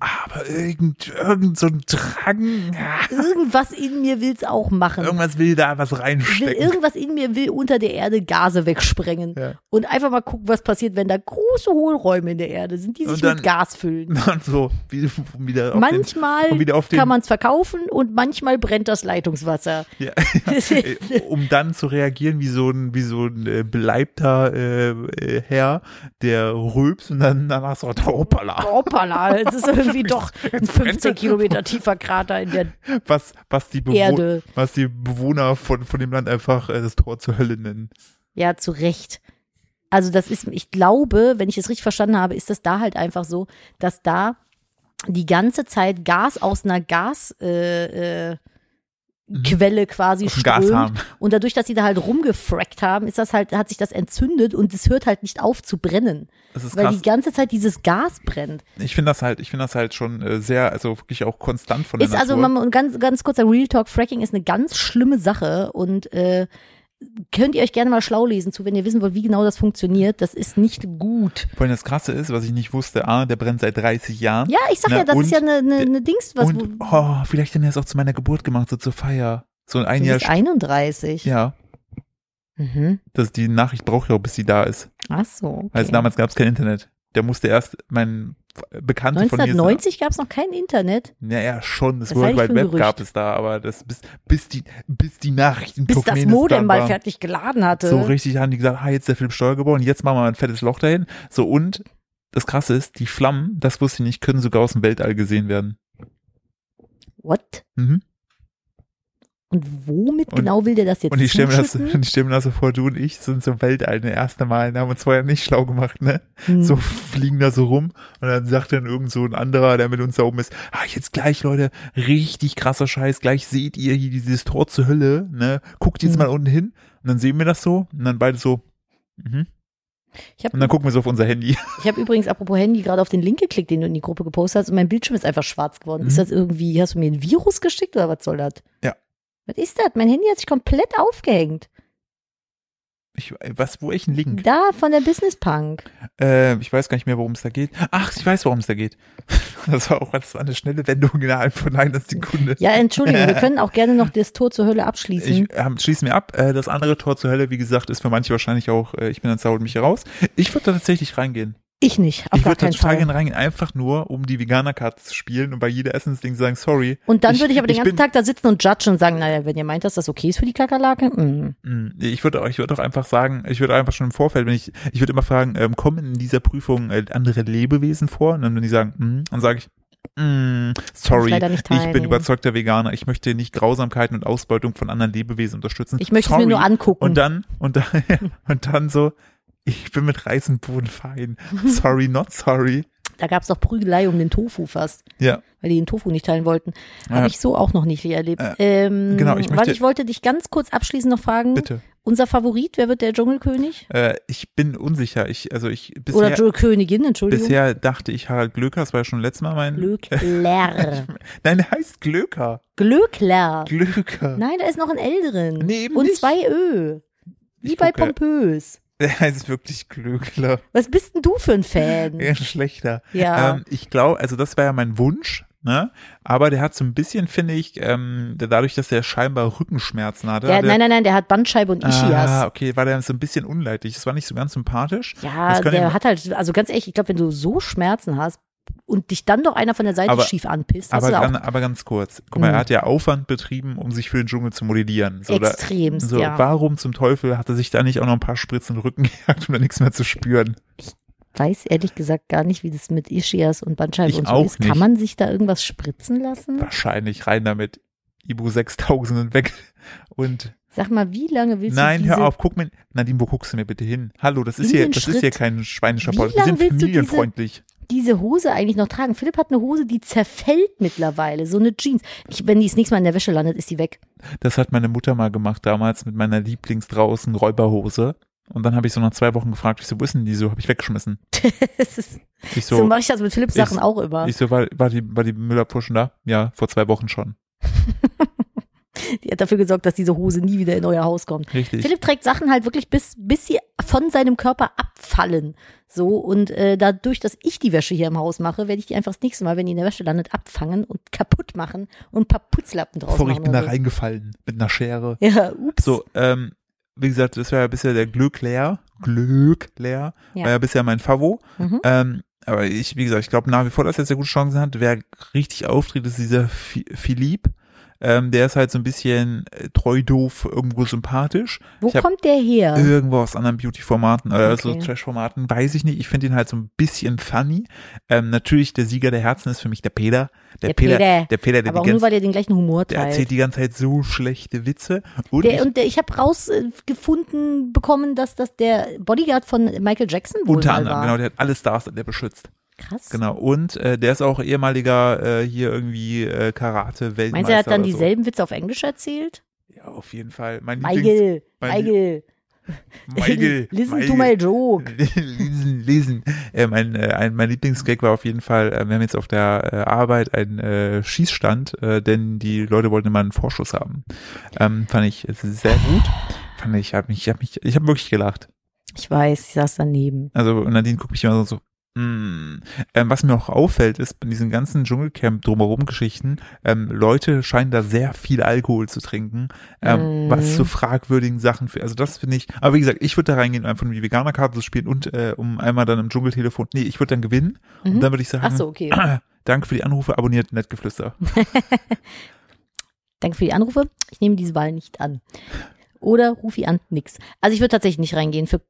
S1: aber irgend, irgend so ein Drang, ah,
S2: Irgendwas in mir will's auch machen.
S1: irgendwas will da was
S2: will,
S1: reinstecken.
S2: irgendwas in mir will unter der Erde Gase wegsprengen.
S1: Ja.
S2: Und einfach mal gucken, was passiert, wenn da große Hohlräume in der Erde sind, die sich
S1: Und dann-
S2: mit Gas füllen.
S1: Und so, wie, um wieder auf den,
S2: Manchmal
S1: und wieder auf den-
S2: kann man es verkaufen und manchmal brennt das Leitungswasser.
S1: ja,
S2: Das ist-
S1: äh, um dann zu reagieren wie so ein, wie so ein äh, beleibter äh, äh, Herr, der rülpst und dann danach so, hoppala.
S2: Hoppala, es ist irgendwie doch ein 15 Kilometer tiefer Krater in der.
S1: was, was, die Bewo-
S2: Erde.
S1: was die Bewohner von, von dem Land einfach äh, das Tor zur Hölle nennen.
S2: Ja, zu Recht. Also, das ist, ich glaube, wenn ich es richtig verstanden habe, ist das da halt einfach so, dass da die ganze Zeit Gas aus einer Gas, äh, äh, Quelle quasi
S1: Mhm. Aus dem Gashahn.
S2: strömt. Und dadurch, dass sie da halt rumgefrackt haben, ist das halt, hat sich das entzündet und es hört halt nicht auf zu brennen.
S1: Das ist
S2: weil
S1: krass.
S2: die ganze Zeit dieses Gas brennt.
S1: Ich finde das halt, ich finde das halt schon äh, sehr, also wirklich auch konstant von der
S2: Ist also,
S1: Natur.
S2: man, und ganz, ganz kurzer Real Talk, Fracking ist eine ganz schlimme Sache und äh, könnt ihr euch gerne mal schlau lesen zu, wenn ihr wissen wollt, wie genau das funktioniert. Das ist nicht gut.
S1: Vor allem das Krasse ist, was ich nicht wusste, ah, der brennt seit 30 Jahren.
S2: Ja, ich sag
S1: Na,
S2: ja, das
S1: und- äh,
S2: ist ja eine, eine, eine Dings, was wo,
S1: und, oh, vielleicht haben die das auch zu meiner Geburt gemacht, so zur Feier. So ein ein
S2: du
S1: Jahr.
S2: bist 31.
S1: Ja,
S2: Mhm.
S1: das, die Nachricht braucht ja auch, bis sie da ist.
S2: Ach so. Okay.
S1: Also damals gab es kein Internet. Der musste erst mein Bekannter von mir.
S2: 1990 gab es noch kein Internet.
S1: Naja, schon. Das
S2: Was
S1: World
S2: halte ich
S1: Wide
S2: für ein
S1: Web
S2: Gerücht?
S1: gab es da, aber das bis, bis die, bis die Nachrichten
S2: Bis das Modem mal fertig geladen hatte.
S1: So richtig haben die gesagt, ah, jetzt ist der Philipp Steuer geboren, jetzt machen wir mal ein fettes Loch dahin. So und das krasse ist, die Flammen, das wusste ich nicht, können sogar aus dem Weltall gesehen werden.
S2: What?
S1: Mhm.
S2: Und womit
S1: Und-
S2: genau will der das jetzt
S1: Und ich stelle mir, das-
S2: zuschütten?
S1: ich stell mir das so vor, du und ich sind zum Weltall das erste Mal und haben uns vorher nicht schlau gemacht, ne?
S2: Hm.
S1: So fliegen da so rum und dann sagt dann irgend so ein anderer, der mit uns da oben ist, ah, jetzt gleich, Leute, richtig krasser Scheiß, gleich seht ihr hier dieses Tor zur Hölle, ne? Guckt jetzt
S2: Mhm.
S1: mal unten hin und dann sehen wir das so und dann beide so, mhm.
S2: Ich habe
S1: Und dann gucken wir so auf unser Handy.
S2: Ich habe übrigens, apropos Handy, gerade auf den Link geklickt, den du in die Gruppe gepostet hast und mein Bildschirm ist einfach schwarz geworden. Ist
S1: Mhm.
S2: das irgendwie, hast du mir ein Virus geschickt oder was soll das?
S1: Ja.
S2: Was ist das? Mein Handy hat sich komplett aufgehängt.
S1: Ich, äh, was, wo ich einen Link?
S2: Da von der Business Punk.
S1: Äh, ich weiß gar nicht mehr, worum es da geht. Ach, ich weiß, worum es da geht. Das war auch das war eine schnelle Wendung innerhalb von einer Sekunde.
S2: Ja, Entschuldigung, wir können auch gerne noch das Tor zur Hölle abschließen.
S1: Ich ähm, schließe mir ab. Äh, das andere Tor zur Hölle, wie gesagt, ist für manche wahrscheinlich auch, äh, ich bin ein Sau und mich hier raus. Ich würde da tatsächlich reingehen.
S2: Ich, nicht, auf
S1: ich
S2: gar
S1: würde da
S2: keinen
S1: total
S2: Fall.
S1: gerne reingehen, einfach nur, um die Veganer-Karte zu spielen und bei jeder Essensding sagen, sorry.
S2: Und dann würde ich aber den
S1: ich
S2: ganzen
S1: bin-
S2: Tag da sitzen und judgen und sagen, naja, wenn ihr meint, dass das okay ist für die Kakerlake, mm.
S1: Mm, Ich würde auch, ich würde auch einfach sagen, ich würde einfach schon im Vorfeld, wenn ich, ich würde immer fragen, ähm, kommen in dieser Prüfung äh, andere Lebewesen vor? Und dann, wenn die sagen, mm, dann sage ich, mm, sorry,
S2: leider
S1: ich,
S2: nicht
S1: bin
S2: teilnehmen.
S1: überzeugter Veganer, ich möchte nicht Grausamkeiten und Ausbeutung von anderen Lebewesen unterstützen.
S2: ich möchte es
S1: sorry.
S2: mir nur angucken.
S1: Und dann, und dann, und dann so, ich bin mit Reis und Boden fein. Sorry, not sorry.
S2: da gab es doch Prügelei um den Tofu fast,
S1: Ja,
S2: weil die den Tofu nicht teilen wollten.
S1: Ja.
S2: Habe ich so auch noch nicht erlebt.
S1: Äh,
S2: ähm,
S1: genau, ich möchte-
S2: weil ich wollte dich ganz kurz abschließend noch fragen,
S1: bitte.
S2: unser Favorit, wer wird der Dschungelkönig?
S1: Äh, ich bin unsicher. Ich, also ich,
S2: Oder
S1: bisher,
S2: Dschungelkönigin, Entschuldigung.
S1: bisher dachte ich Harald Glöker, das war ja schon letztes Mal mein,
S2: Glöckler.
S1: nein, der heißt Glöker.
S2: Glöckler.
S1: Glöker.
S2: Nein, da ist noch ein L drin.
S1: Nee, eben
S2: Und
S1: nicht.
S2: zwei Ö. Wie
S1: Ich
S2: bei
S1: gucke.
S2: Pompös.
S1: Der heißt wirklich Glöckler.
S2: Was bist denn du für ein Fan?
S1: Eher ein schlechter.
S2: Mhm. Ja.
S1: Ähm, ich glaube, also das war ja mein Wunsch, ne? Aber der hat so ein bisschen, finde ich, ähm, der- dadurch, dass er scheinbar Rückenschmerzen hatte.
S2: der,
S1: hat er-
S2: nein, nein, nein, der hat Bandscheibe und Ischias.
S1: Ah, okay, war der so ein bisschen unleidlich. Das war nicht so ganz sympathisch.
S2: ja,
S1: das kann
S2: der
S1: ich-
S2: hat halt, also ganz ehrlich, ich glaube, wenn du so Schmerzen hast und dich dann doch einer von der Seite
S1: Aber-
S2: schief anpisst, hast
S1: Aber,
S2: du da auch
S1: ganz- aber ganz kurz. Guck mal,
S2: Mhm.
S1: er hat ja Aufwand betrieben, um sich für den Dschungel zu modellieren. So, da,
S2: extremst,
S1: so
S2: ja.
S1: warum zum Teufel hat er sich da nicht auch noch ein paar Spritzen in den Rücken gejagt, um da nichts mehr zu spüren?
S2: Weiß ehrlich gesagt gar nicht, wie das mit Ischias und Bandscheibe
S1: Ich
S2: und
S1: auch
S2: so ist.
S1: nicht.
S2: Kann man sich da irgendwas spritzen lassen?
S1: Wahrscheinlich rein damit. Ibu 6000 und weg. Und
S2: Sag mal, wie lange willst
S1: Nein,
S2: du diese,
S1: hör auf, guck mir. Nadine, wo guckst du mir bitte hin? Hallo, das ist
S2: In
S1: hier,
S2: den
S1: das ist
S2: Schritt.
S1: hier kein schweinischer
S2: Wie
S1: Podcast. Wir
S2: lang
S1: sind
S2: willst du diese-
S1: familienfreundlich.
S2: diese Hose eigentlich noch tragen? Philipp hat eine Hose, die zerfällt mittlerweile, so eine Jeans. Ich, wenn die das nächste Mal in der Wäsche landet, ist die weg.
S1: Das hat meine Mutter mal gemacht damals mit meiner Lieblingsdraußen Räuberhose. Und dann habe ich so nach zwei Wochen gefragt, ich so, wo ist denn die so? Habe ich weggeschmissen.
S2: Das ist,
S1: Ich
S2: so
S1: so,
S2: mache ich das mit Philipps
S1: ich-
S2: Sachen auch immer.
S1: ich so war, war, die, war die Müllabfuhr schon da? Ja, vor zwei Wochen schon.
S2: die hat dafür gesorgt, dass diese Hose nie wieder in euer Haus kommt.
S1: Richtig.
S2: Philipp trägt Sachen halt wirklich bis, bis sie von seinem Körper abfallen. So, und äh, dadurch, dass ich die Wäsche hier im Haus mache, werde ich die einfach das nächste Mal, wenn die in der Wäsche landet, abfangen und kaputt machen und ein paar Putzlappen draus
S1: Vor ich
S2: machen.
S1: bin da
S2: oder so.
S1: reingefallen mit einer Schere.
S2: Ja, ups.
S1: So, ähm, wie gesagt, das war ja bisher der Glück leer. Glück leer.
S2: Ja.
S1: War ja bisher mein Favo.
S2: Mhm.
S1: Ähm, aber ich, wie gesagt, ich glaube nach wie vor, dass er sehr gute Chancen hat. Wer richtig auftritt, ist dieser Fi- Philipp. Ähm, der ist halt so ein bisschen äh, treu doof, irgendwo sympathisch.
S2: Wo
S1: ich hab- Äh,
S2: kommt der her?
S1: Irgendwo aus anderen Beauty-Formaten oder so
S2: Okay.
S1: Trash-Formaten, weiß ich nicht. Ich finde ihn halt so ein bisschen funny. Ähm, natürlich, der Sieger der Herzen ist für mich der Peter. Der,
S2: Der
S1: Peter,
S2: Peter.
S1: der Peter, der,
S2: Aber auch
S1: die
S2: nur,
S1: ganze,
S2: weil er den gleichen Humor
S1: der
S2: teilt.
S1: erzählt die ganze Zeit so schlechte Witze. Und ich,
S2: Der, und der, ich äh, habe rausgefunden bekommen, dass das der Bodyguard von Michael Jackson wohl
S1: unter
S2: mal
S1: anderem,
S2: war.
S1: genau, der hat alle Stars, der beschützt.
S2: krass.
S1: Genau. Und äh, der ist auch ehemaliger äh, hier irgendwie äh, Karate-Weltmeister.
S2: Meinst du, er hat dann
S1: oder
S2: dieselben Witze auf Englisch erzählt?
S1: So. Ja, auf jeden Fall. Mein Lieblings.
S2: Michael,
S1: mein
S2: Michael,
S1: Michael,
S2: listen
S1: Michael.
S2: to my joke.
S1: lesen, lesen. Äh, mein, äh, ein, mein Lieblingsgag war auf jeden Fall, äh, wir haben jetzt auf der äh, Arbeit einen äh, Schießstand, äh, denn die Leute wollten immer einen Vorschuss haben. Ähm, fand ich sehr gut. Fand ich, hab mich, hab mich, ich habe wirklich gelacht.
S2: Ich weiß, ich saß daneben.
S1: Also Nadine guckt mich immer so, so mm. ähm, was mir auch auffällt, ist bei diesen ganzen Dschungelcamp drumherum Geschichten, ähm, Leute scheinen da sehr viel Alkohol zu trinken, ähm,
S2: Mm.
S1: was zu fragwürdigen Sachen führt. Also das finde ich, aber wie gesagt, ich würde da reingehen, um einfach nur die Veganer-Karte zu spielen und äh, um einmal dann im Dschungeltelefon, nee, ich würde dann gewinnen
S2: Mhm.
S1: und dann würde ich sagen,
S2: Ach so, okay.
S1: danke für die Anrufe, abonniert Nettgeflüster.
S2: Danke für die Anrufe. Ich nehme diese Wahl nicht an. Oder ruf ihn an, nix. Also ich würde tatsächlich nicht reingehen für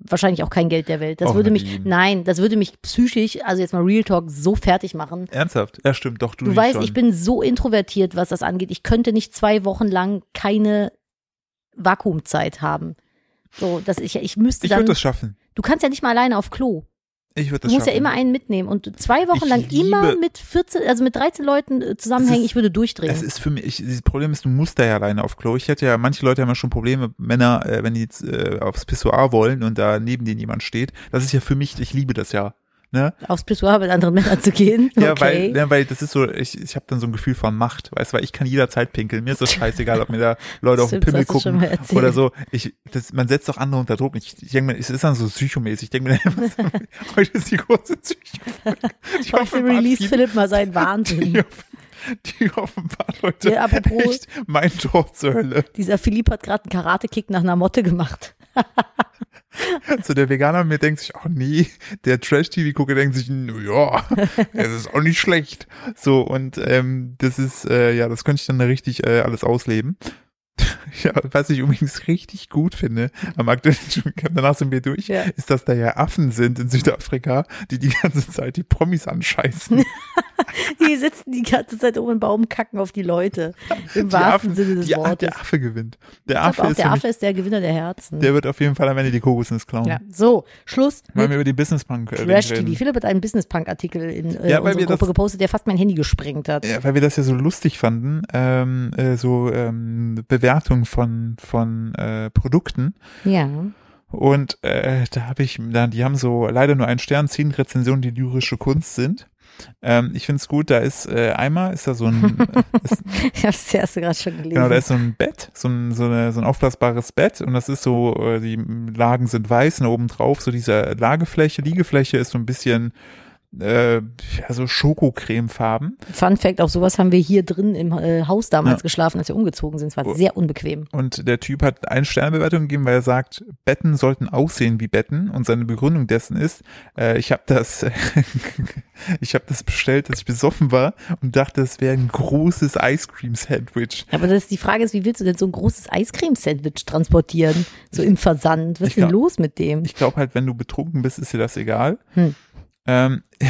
S2: wahrscheinlich auch kein Geld der Welt. Das
S1: Och,
S2: würde mich,
S1: Nadine.
S2: nein, das würde mich psychisch, also jetzt mal Real Talk, so fertig machen.
S1: Ernsthaft? Ja, stimmt, doch, du,
S2: Du
S1: nicht
S2: weißt,
S1: schon.
S2: ich bin so introvertiert, was das angeht. Ich könnte nicht zwei Wochen lang keine Vakuumzeit haben. So, dass ich, ich müsste
S1: ich
S2: dann,
S1: würde das schaffen.
S2: du kannst ja nicht mal alleine auf Klo.
S1: Ich würde
S2: Du
S1: das
S2: musst ja
S1: schaffen.
S2: immer einen mitnehmen und zwei Wochen
S1: Ich
S2: lang immer
S1: liebe-
S2: mit 14, also mit 13 Leuten äh, zusammenhängen,
S1: Es ist-
S2: ich würde
S1: Es
S2: durchdrehen.
S1: ist für mich, ich, das Problem ist, du musst da ja alleine auf Klo. Ich hatte ja, manche Leute haben ja schon Probleme, Männer, äh, wenn die jetzt, äh, aufs Pissoir wollen und da neben denen jemand steht. Das ist ja für mich, ich liebe das ja. Ne?
S2: Aufs Pissoir mit anderen Männern zu gehen.
S1: Ja,
S2: okay.
S1: weil, ne, weil das ist so, ich, ich habe dann so ein Gefühl von Macht, weißt du, weil ich kann jederzeit pinkeln. Mir ist das scheißegal, ob mir da Leute auf den
S2: Stimmt,
S1: Pimmel
S2: das hast du schon
S1: gucken
S2: mal erzählt.
S1: oder so. Ich, das, man setzt doch andere unter Druck. Ich, ich denke mir, es ist dann so psychomäßig. Ich denke mir, dann immer so, heute ist die große Psycho. Ich
S2: Heute release
S1: Martin-
S2: Philipp mal seinen Wahnsinn.
S1: die, die offenbar Leute
S2: Ja, apropos-
S1: echt mein Tor zur Hölle.
S2: Dieser Philipp hat gerade einen Karate-Kick nach einer Motte gemacht.
S1: So der Veganer mir denkt sich, oh nee, der Trash-TV-Gucker denkt sich, na ja, es ist auch nicht schlecht. So, und ähm, das ist, äh, ja, das könnte ich dann richtig äh, alles ausleben. Ja, was ich übrigens richtig gut finde am aktuellen Dschungelcamp, danach sind wir durch,
S2: Ja.
S1: ist, dass da ja Affen sind in Südafrika, die die ganze Zeit die Promis anscheißen.
S2: Die sitzen die ganze Zeit oben im Baum, kacken auf die Leute. Im
S1: Die
S2: wahrsten
S1: Affen-
S2: Sinne des
S1: die,
S2: Wortes.
S1: Der Affe gewinnt. Der
S2: ich
S1: Affe
S2: glaube auch,
S1: ist für
S2: der
S1: mich,
S2: Affe ist der Gewinner der Herzen.
S1: der wird auf jeden Fall am Ende die Kokosnuss klauen.
S2: ja. So, Schluss
S1: Wollen wir
S2: mit
S1: über die Businesspunk äh,
S2: Trash
S1: reden?
S2: TV. Philipp hat einen Business-Punk-Artikel in äh,
S1: Ja, weil
S2: unsere
S1: wir
S2: Gruppe
S1: das-
S2: gepostet, der fast mein Handy gesprengt hat.
S1: Ja, weil wir das ja so lustig fanden, ähm, äh, so ähm, Bewertung von von äh, Produkten
S2: Ja.
S1: und äh, da habe ich, da, die haben so leider nur einen Stern, zehn Rezensionen, die lyrische Kunst sind. Ähm, ich find's gut, da ist äh, einmal ist da so ein, ist,
S2: Ich habe das erste gerade schon gelesen.
S1: genau, da ist so ein Bett, so ein so, eine, so ein aufblasbares Bett und das ist so, äh, die Lagen sind weiß und oben drauf so diese Lagefläche, Liegefläche ist so ein bisschen äh, ja, so Schokocremefarben.
S2: Fun Fact, auf sowas haben wir hier drin im äh, Haus damals
S1: Ja.
S2: geschlafen, als wir umgezogen sind. Es war
S1: Oh.
S2: sehr unbequem.
S1: Und der Typ hat eine Sternbewertung gegeben, weil er sagt, Betten sollten aussehen wie Betten. Und seine Begründung dessen ist, äh, ich habe das, ich habe das bestellt, als ich besoffen war und dachte, es wäre ein großes Ice Cream Sandwich.
S2: Aber das die Frage ist, wie willst du denn so ein großes Eiscreme-Sandwich transportieren? So im Versand.
S1: Ich
S2: Was ist denn
S1: glaub-
S2: los mit dem?
S1: Ich glaube halt, wenn du betrunken bist, ist dir das egal.
S2: Hm.
S1: Ähm,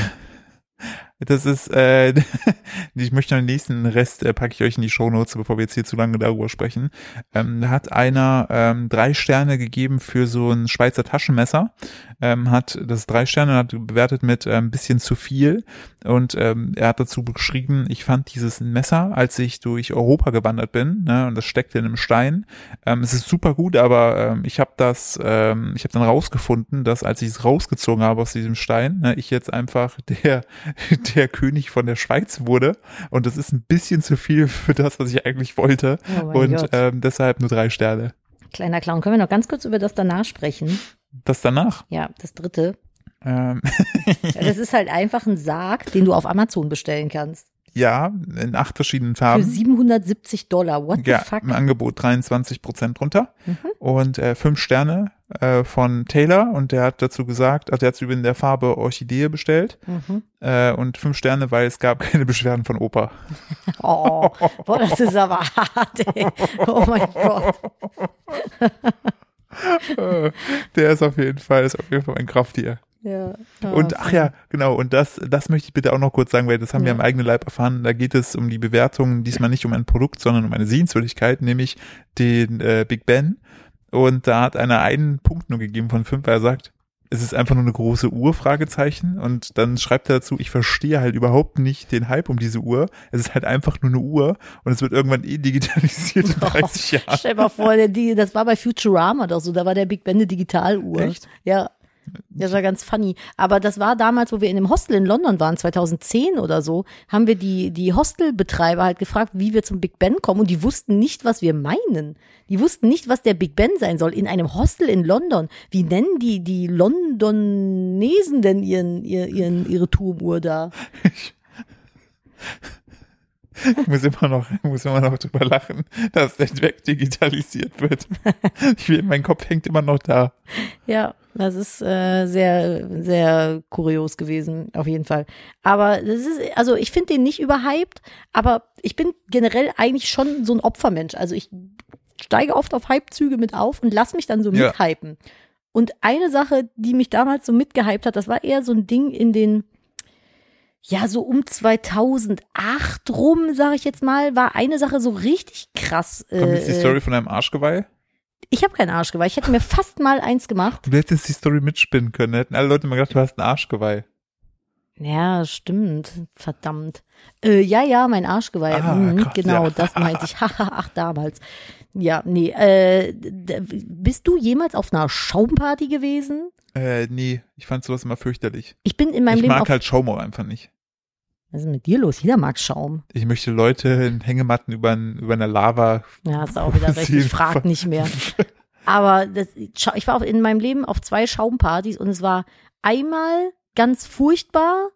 S1: das ist, äh, ich möchte den nächsten Rest äh, packe ich euch in die Shownotes, bevor wir jetzt hier zu lange darüber sprechen. Ähm, da hat einer ähm, drei Sterne gegeben für so ein Schweizer Taschenmesser. Ähm, hat das drei Sterne und hat bewertet mit ein ähm, bisschen zu viel. Und ähm, er hat dazu geschrieben, ich fand dieses Messer, als ich durch Europa gewandert bin, ne, und das steckte in einem Stein. Ähm, es ist super gut, aber ähm, ich habe das, ähm, ich habe dann rausgefunden, dass als ich es rausgezogen habe aus diesem Stein, ne, ich jetzt einfach der, der König von der Schweiz wurde. Und das ist ein bisschen zu viel für das, was ich eigentlich wollte.
S2: Oh mein
S1: und
S2: Gott.
S1: ähm, deshalb nur drei Sterne.
S2: Kleiner Clown, können wir noch ganz kurz über das danach sprechen?
S1: Das danach.
S2: Ja, das dritte.
S1: Ähm,
S2: Ja, Das ist halt einfach ein Sarg, den du auf Amazon bestellen kannst.
S1: ja, in acht verschiedenen
S2: Für
S1: Farben.
S2: 770 Dollar. What the
S1: Ja,
S2: fuck?
S1: im Angebot 23 Prozent runter
S2: Mhm.
S1: und äh, fünf Sterne äh, von Taylor und der hat dazu gesagt, also der hat es in der Farbe Orchidee bestellt
S2: Mhm.
S1: äh, und fünf Sterne, weil es gab keine Beschwerden von Opa.
S2: Oh, boah, das ist aber hart, ey. Oh mein Gott.
S1: Äh, der ist auf jeden Fall, ist auf jeden Fall ein Krafttier.
S2: Ja.
S1: Und ach ja, genau, und das, das möchte ich bitte auch noch kurz sagen, weil das haben wir
S2: Ja.
S1: am eigenen Leib erfahren. Da geht es um die Bewertung, diesmal nicht um ein Produkt, sondern um eine Sehenswürdigkeit, nämlich den äh, Big Ben. Und da hat einer einen Punkt nur gegeben von fünf, weil er sagt, es ist einfach nur eine große Uhr, Fragezeichen. Und dann schreibt er dazu, ich verstehe halt überhaupt nicht den Hype um diese Uhr. Es ist halt einfach nur eine Uhr und es wird irgendwann eh digitalisiert in 30 Jahren.
S2: Genau. Stell dir mal vor, der, Digi- das war bei Futurama doch so, da war der Big Ben eine Digitaluhr.
S1: Echt?
S2: Ja. Das war ganz funny. Aber das war damals, wo wir in dem Hostel in London waren, 2010 oder so, haben wir die, die Hostelbetreiber halt gefragt, wie wir zum Big Ben kommen. Und die wussten nicht, was wir meinen. Die wussten nicht, was der Big Ben sein soll. In einem Hostel in London. Wie nennen die, die Londonesen denn ihren, ihren, ihren ihre Turmuhr da?
S1: Ich muss immer noch, ich muss immer noch drüber lachen, dass der weg digitalisiert wird. Ich will, mein Kopf hängt immer noch da.
S2: Ja, das ist äh, sehr, sehr kurios gewesen, auf jeden Fall. Aber das ist, also ich finde den nicht überhyped, aber ich bin generell eigentlich schon so ein Opfermensch. Also ich steige oft auf Hypezüge mit auf und lass mich dann so
S1: Ja.
S2: mithypen. Und eine Sache, die mich damals so mitgehypt hat, das war eher so ein Ding in den, ja, so um 2008 rum, sage ich jetzt mal, war eine Sache so richtig krass.
S1: Kommt jetzt die
S2: äh,
S1: Story von einem Arschgeweih?
S2: Ich habe keinen Arschgeweih. Ich hätte mir fast mal eins gemacht.
S1: Du hättest die Story mitspinnen können. Da hätten alle Leute mal gedacht, du hast ein Arschgeweih.
S2: Ja, stimmt. Verdammt. Äh, ja, ja, mein Arschgeweih.
S1: Ah,
S2: mhm,
S1: krass,
S2: genau,
S1: ja.
S2: das meinte ich. Haha, ach, damals. Ja, nee. Äh, d- d- bist du jemals auf einer Schaumparty gewesen?
S1: Äh, nee, ich fand sowas immer fürchterlich.
S2: Ich bin in meinem
S1: ich
S2: Leben
S1: mag
S2: auf.
S1: halt Schaumau einfach nicht.
S2: Was ist denn mit dir los? Jeder mag Schaum.
S1: Ich möchte Leute in Hängematten über, ein, über eine Lava.
S2: Ja, hast du auch wieder recht. Ich frag nicht mehr. Aber das, Scha- ich war auch in meinem Leben auf zwei Schaumpartys und es war einmal ganz furchtbar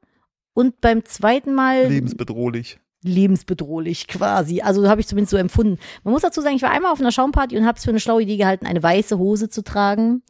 S2: und beim zweiten Mal
S1: Lebensbedrohlich.
S2: lebensbedrohlich quasi. Also habe ich zumindest so empfunden. Man muss dazu sagen, ich war einmal auf einer Schaumparty und habe es für eine schlaue Idee gehalten, eine weiße Hose zu tragen.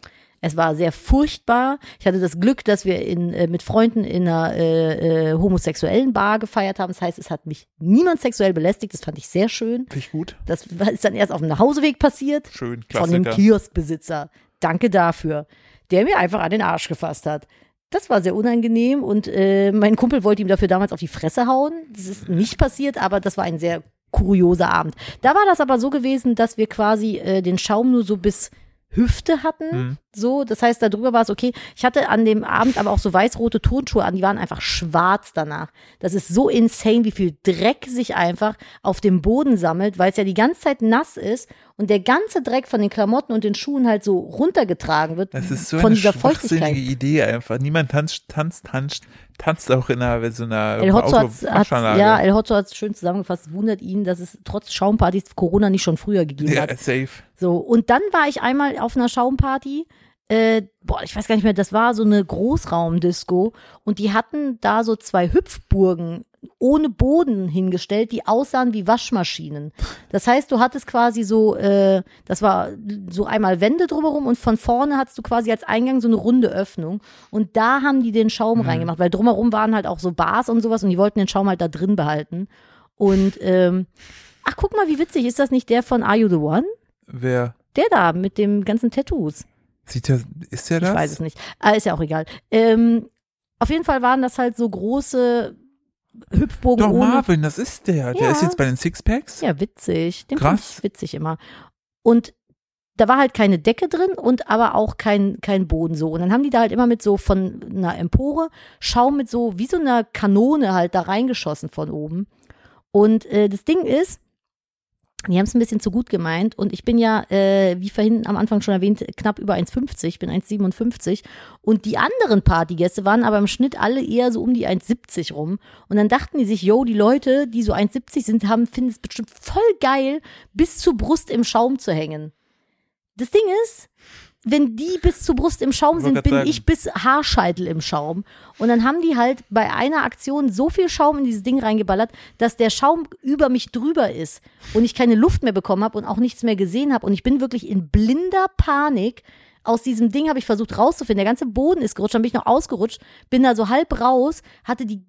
S2: Es war sehr furchtbar. Ich hatte das Glück, dass wir in, äh, mit Freunden in einer äh, äh, homosexuellen Bar gefeiert haben. Das heißt, es hat mich niemand sexuell belästigt. Das fand ich sehr schön.
S1: Finde ich gut.
S2: Das war- ist dann erst auf dem Nachhauseweg passiert
S1: Schön,
S2: von dem
S1: Klassiker.
S2: Kioskbesitzer. Danke dafür, der mir einfach an den Arsch gefasst hat. Das war sehr unangenehm und äh, mein Kumpel wollte ihm dafür damals auf die Fresse hauen. Das ist nicht passiert, aber das war ein sehr kurioser Abend. Da war das aber so gewesen, dass wir quasi äh, den Schaum nur so bis Hüfte hatten.
S1: Mhm.
S2: So, das heißt, darüber war es okay. Ich hatte an dem Abend aber auch so weiß-rote Turnschuhe an, die waren einfach schwarz danach. Das ist so insane, wie viel Dreck sich einfach auf dem Boden sammelt, weil es ja die ganze Zeit nass ist und der ganze Dreck von den Klamotten und den Schuhen halt so runtergetragen wird
S1: Das ist so
S2: von
S1: eine
S2: dieser
S1: schwachsinnige
S2: Feuchtigkeit.
S1: Idee einfach. Niemand tanzt, tanzt, tanzt, tanzt auch in einer, so einer
S2: El Hotzo
S1: Äh, Auto-
S2: hat's, hat's,
S1: Waschanlage.
S2: ja, El Hotzo hat es schön zusammengefasst. Wundert ihn, dass es trotz Schaumpartys Corona nicht schon früher gegeben hat.
S1: ja, safe.
S2: So, und dann war ich einmal auf einer Schaumparty. Äh, boah, ich weiß gar nicht mehr, das war so eine Großraumdisco und die hatten da so zwei Hüpfburgen ohne Boden hingestellt, die aussahen wie Waschmaschinen. Das heißt, du hattest quasi so, äh, das war so einmal Wände drumherum und von vorne hattest du quasi als Eingang so eine runde Öffnung und da haben die den Schaum reingemacht, weil drumherum waren halt auch so Bars und sowas und die wollten den Schaum halt da drin behalten. Und ähm, ach, guck mal, wie witzig, ist das nicht der von Are You the One?
S1: Wer
S2: Der da mit dem ganzen Tattoos.
S1: sieht der, ist der
S2: Ich
S1: das?
S2: weiß es nicht. Ah, ist ja auch egal. Ähm, auf jeden Fall waren das halt so große Hüpfbogen
S1: Doch,
S2: ohne.
S1: Marvin, das ist der. Der
S2: Ja.
S1: ist jetzt bei den Sixpacks.
S2: Ja, witzig. Den fand
S1: Krass.
S2: ich witzig immer. Und da war halt keine Decke drin und aber auch kein, kein Boden so. Und dann haben die da halt immer mit so von einer Empore Schaum mit so, wie so einer Kanone halt da reingeschossen von oben. Und äh, das Ding ist, die haben es ein bisschen zu gut gemeint und ich bin ja, äh, wie vorhin am Anfang schon erwähnt, knapp über 1,50, ich bin 1,57 und die anderen Partygäste waren aber im Schnitt alle eher so um die 1,70 rum und dann dachten die sich, yo, die Leute, die so 1,70 sind, haben, finden es bestimmt voll geil, bis zur Brust im Schaum zu hängen. Das Ding ist, wenn die bis zur Brust im Schaum
S1: Ich
S2: sind,
S1: wollte
S2: bin
S1: grad sagen.
S2: ich bis Haarscheitel im Schaum. Und dann haben die halt bei einer Aktion so viel Schaum in dieses Ding reingeballert, dass der Schaum über mich drüber ist und ich keine Luft mehr bekommen habe und auch nichts mehr gesehen habe. Und ich bin wirklich in blinder Panik. Aus diesem Ding habe ich versucht rauszufinden. Der ganze Boden ist gerutscht, dann bin ich noch ausgerutscht, bin da so halb raus, hatte die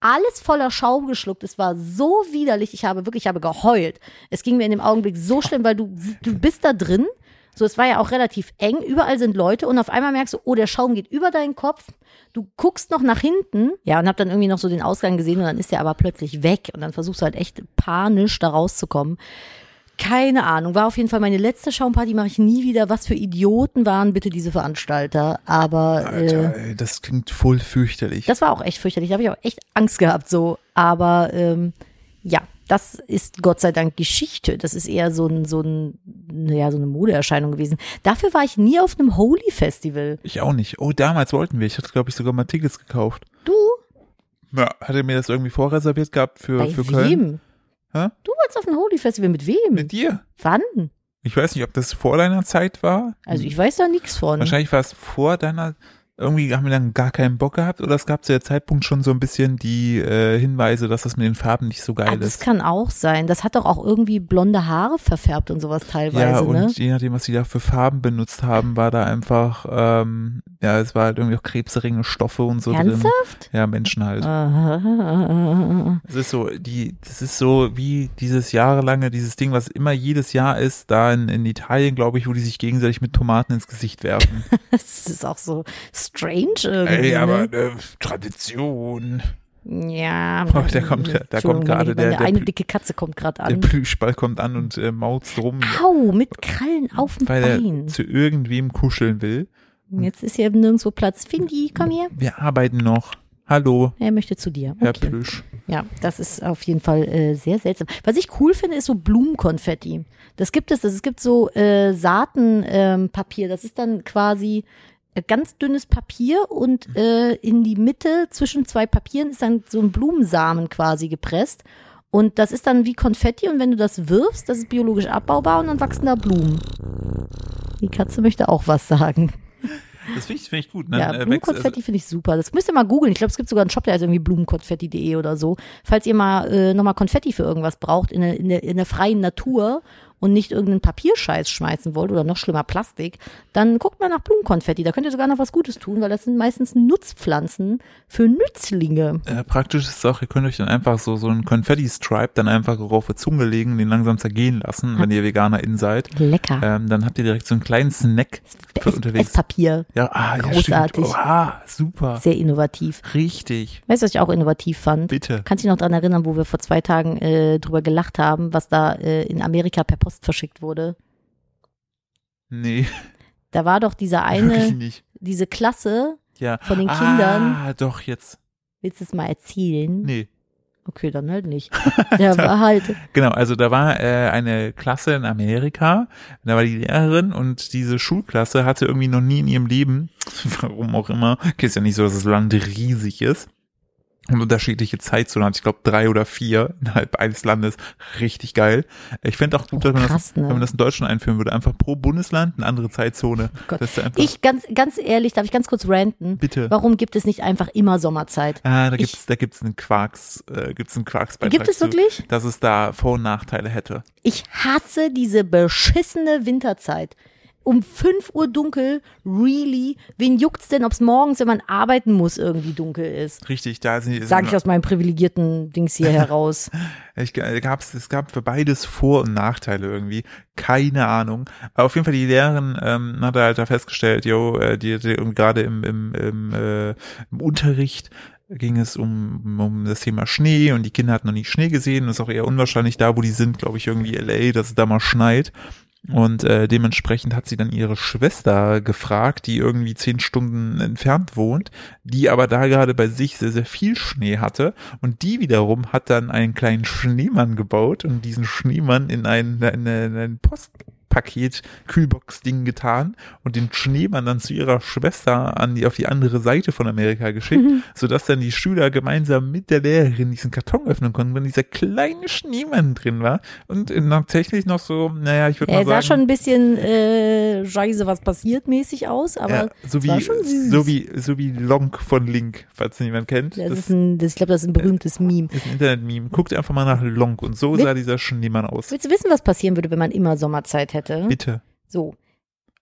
S2: alles voller Schaum geschluckt. Es war so widerlich. Ich habe wirklich, ich habe geheult. Es ging mir in dem Augenblick so schlimm, weil du, du bist da drin. So, es war ja auch relativ eng. Überall sind Leute und auf einmal merkst du, oh, der Schaum geht über deinen Kopf. Du guckst noch nach hinten. Ja, und hab dann irgendwie noch so den Ausgang gesehen und dann ist der aber plötzlich weg. Und dann versuchst du halt echt panisch da rauszukommen. Keine Ahnung. War auf jeden Fall meine letzte Schaumparty, mache ich nie wieder. Was für Idioten waren bitte diese Veranstalter? Aber äh,
S1: Alter, ey, das klingt voll fürchterlich.
S2: das war auch echt fürchterlich. Da habe ich auch echt Angst gehabt so. Aber ähm, ja, das ist Gott sei Dank Geschichte. Das ist eher so ein, so ein, naja, so eine Modeerscheinung gewesen. Dafür war ich nie auf einem Holy Festival.
S1: ich auch nicht. Oh, damals wollten wir. Ich hatte, glaube ich, sogar mal Tickets gekauft.
S2: Du?
S1: Ja, hatte mir das irgendwie vorreserviert gehabt für,
S2: Bei
S1: für Köln.
S2: wem?
S1: Hä?
S2: Du warst auf einem Holy Festival mit wem?
S1: Mit dir.
S2: Wann?
S1: Ich weiß nicht, ob das vor deiner Zeit war.
S2: Also ich weiß da nichts von.
S1: Wahrscheinlich war es vor deiner, irgendwie haben wir dann gar keinen Bock gehabt oder es gab zu der Zeitpunkt schon so ein bisschen die äh, Hinweise, dass das mit den Farben nicht so
S2: Ah,
S1: geil
S2: das
S1: ist.
S2: kann auch sein. Das hat doch auch irgendwie blonde Haare verfärbt und sowas
S1: Ja,
S2: teilweise,
S1: und
S2: ne?
S1: je nachdem, was sie da für Farben benutzt haben, war da einfach, ähm, ja, es war halt irgendwie auch krebseringe Stoffe und so drin.
S2: Ernsthaft? Ah.
S1: Ja, Menschen halt.
S2: Aha.
S1: Es ist so, die, das ist so wie dieses jahrelange, dieses Ding, was immer jedes Jahr ist, da in, in Italien, glaube ich, wo die sich gegenseitig mit Tomaten ins Gesicht werfen.
S2: Das ist auch so strange irgendwie.
S1: Ey, aber
S2: ne?
S1: äh, Tradition.
S2: Ja.
S1: Oh, da kommt- da kommt
S2: Entschuldigung,
S1: gerade
S2: meine, meine
S1: der- der
S2: eine
S1: Pl-
S2: dicke Katze kommt gerade
S1: Der
S2: an.
S1: Plüschball kommt an und äh, mauzt rum,
S2: Au, mit Krallen auf dem
S1: weil er
S2: Bein.
S1: zu irgendwem kuscheln will.
S2: Jetzt ist hier nirgendwo Platz. Findi, komm her.
S1: Wir arbeiten noch. Hallo,
S2: Er möchte zu dir.
S1: Herr
S2: Okay.
S1: Plüsch.
S2: Ja, das ist auf jeden Fall äh, sehr seltsam. Was ich cool finde, ist so Blumenkonfetti. Das gibt es, das, es gibt so äh, Saatenpapier. Ähm, Papier. das ist dann quasi äh, ganz dünnes Papier und äh, in die Mitte zwischen zwei Papieren ist dann so ein Blumensamen quasi gepresst. Und das ist dann wie Konfetti und wenn du das wirfst, das ist biologisch abbaubar und dann wachsen da Blumen. Die Katze möchte auch was sagen.
S1: Das finde ich, find ich gut. Ne?
S2: Ja,
S1: Äh, wächst-
S2: Blumenkonfetti finde ich super. Das müsst ihr mal googeln. Ich glaube, es gibt sogar einen Shop, der heißt irgendwie blumenkonfetti.de oder so. Falls ihr mal äh, nochmal Konfetti für irgendwas braucht, in der, in, der, in der freien Natur und nicht irgendeinen Papierscheiß schmeißen wollt oder noch schlimmer Plastik, dann guckt mal nach Blumenkonfetti. Da könnt ihr sogar noch was Gutes tun, weil das sind meistens Nutzpflanzen für Nützlinge.
S1: äh, praktisch ist es auch, ihr könnt euch dann einfach so, so einen Konfetti-Stripe dann einfach auf die Zunge legen und den langsam zergehen
S2: Hm.
S1: lassen, wenn ihr VeganerInnen seid.
S2: Lecker.
S1: Ähm, dann habt ihr direkt so einen kleinen Snack für
S2: Ess-
S1: unterwegs.
S2: Esspapier.
S1: Ja, ah, Ja,
S2: Großartig.
S1: stimmt. Oha, super.
S2: Sehr innovativ.
S1: Richtig.
S2: Weißt du, was ich auch innovativ fand?
S1: Bitte.
S2: Kannst du dich noch dran erinnern, wo wir vor zwei Tagen äh, drüber gelacht haben, was da äh, in Amerika per Post verschickt wurde?
S1: Nee,
S2: Da war doch dieser
S1: wirklich
S2: eine,
S1: nicht.
S2: diese Klasse
S1: Ja.
S2: von den Kindern.
S1: Ah, doch, jetzt.
S2: Willst du es mal erzählen?
S1: Nee.
S2: Okay, dann halt nicht. Der war halt,
S1: Genau, also da war äh, eine Klasse in Amerika, da war die Lehrerin und diese Schulklasse hatte irgendwie noch nie in ihrem Leben, warum auch immer, okay, ist ja nicht so, dass das Land riesig ist und unterschiedliche Zeitzonen hat, ich glaube drei oder vier innerhalb eines Landes, richtig geil. Ich fände auch gut, dass
S2: Oh,
S1: man
S2: krass,
S1: das,
S2: ne?
S1: wenn man das in Deutschland einführen würde, einfach pro Bundesland eine andere Zeitzone.
S2: Oh Gott.
S1: Dass du einfach,
S2: ich ganz, ganz ehrlich, darf ich ganz kurz ranten?
S1: bitte.
S2: Warum gibt es nicht einfach immer Sommerzeit?
S1: Ah, da
S2: Ich-
S1: gibt's, da gibt's einen Quarks, äh, gibt's einen Quarksbeitrag
S2: Gibt es
S1: zu,
S2: wirklich?
S1: dass es da Vor- und Nachteile hätte.
S2: Ich hasse diese beschissene Winterzeit. Um 5 Uhr dunkel, really? Wen juckt's denn, ob's morgens, wenn man arbeiten muss, irgendwie dunkel ist?
S1: Richtig, da sind
S2: Sag ich aus meinem privilegierten Dings hier heraus.
S1: Ich, äh, gab's, es gab für beides Vor- und Nachteile irgendwie. Keine Ahnung. Aber auf jeden Fall, die Lehrerin ähm, hat halt da festgestellt, yo, äh, die, die, und gerade im, im, im, äh, im Unterricht ging es um, um das Thema Schnee und die Kinder hatten noch nie Schnee gesehen. Das ist auch eher unwahrscheinlich da, wo die sind, glaube ich, irgendwie LA, dass es da mal schneit. Und äh, dementsprechend hat sie dann ihre Schwester gefragt, die irgendwie zehn Stunden entfernt wohnt, die aber da gerade bei sich sehr, sehr viel Schnee hatte. Und die wiederum hat dann einen kleinen Schneemann gebaut und diesen Schneemann in ein, in ein, in ein Postpaket Kühlbox-Ding getan und den Schneemann dann zu ihrer Schwester an die, auf die andere Seite von Amerika geschickt, sodass dann die Schüler gemeinsam mit der Lehrerin diesen Karton öffnen konnten, wenn dieser kleine Schneemann drin war. Und äh, tatsächlich noch so, naja, ich würde
S2: Er
S1: mal
S2: Äh, sah
S1: sagen.
S2: schon ein bisschen äh, scheiße, was passiert mäßig aus, aber
S1: ja, so,
S2: es
S1: wie,
S2: war schon süß.
S1: so wie so wie Lonk von Link, falls ihn jemand kennt.
S2: Das
S1: Das
S2: ist ein, das, ich glaube, das ist ein berühmtes Meme.
S1: ist ein Internet-Meme. Guckt einfach mal nach Lonk und so
S2: Wit-
S1: sah dieser Schneemann aus.
S2: Willst du wissen, was passieren würde, wenn man immer Sommerzeit hätte?
S1: Bitte.
S2: So.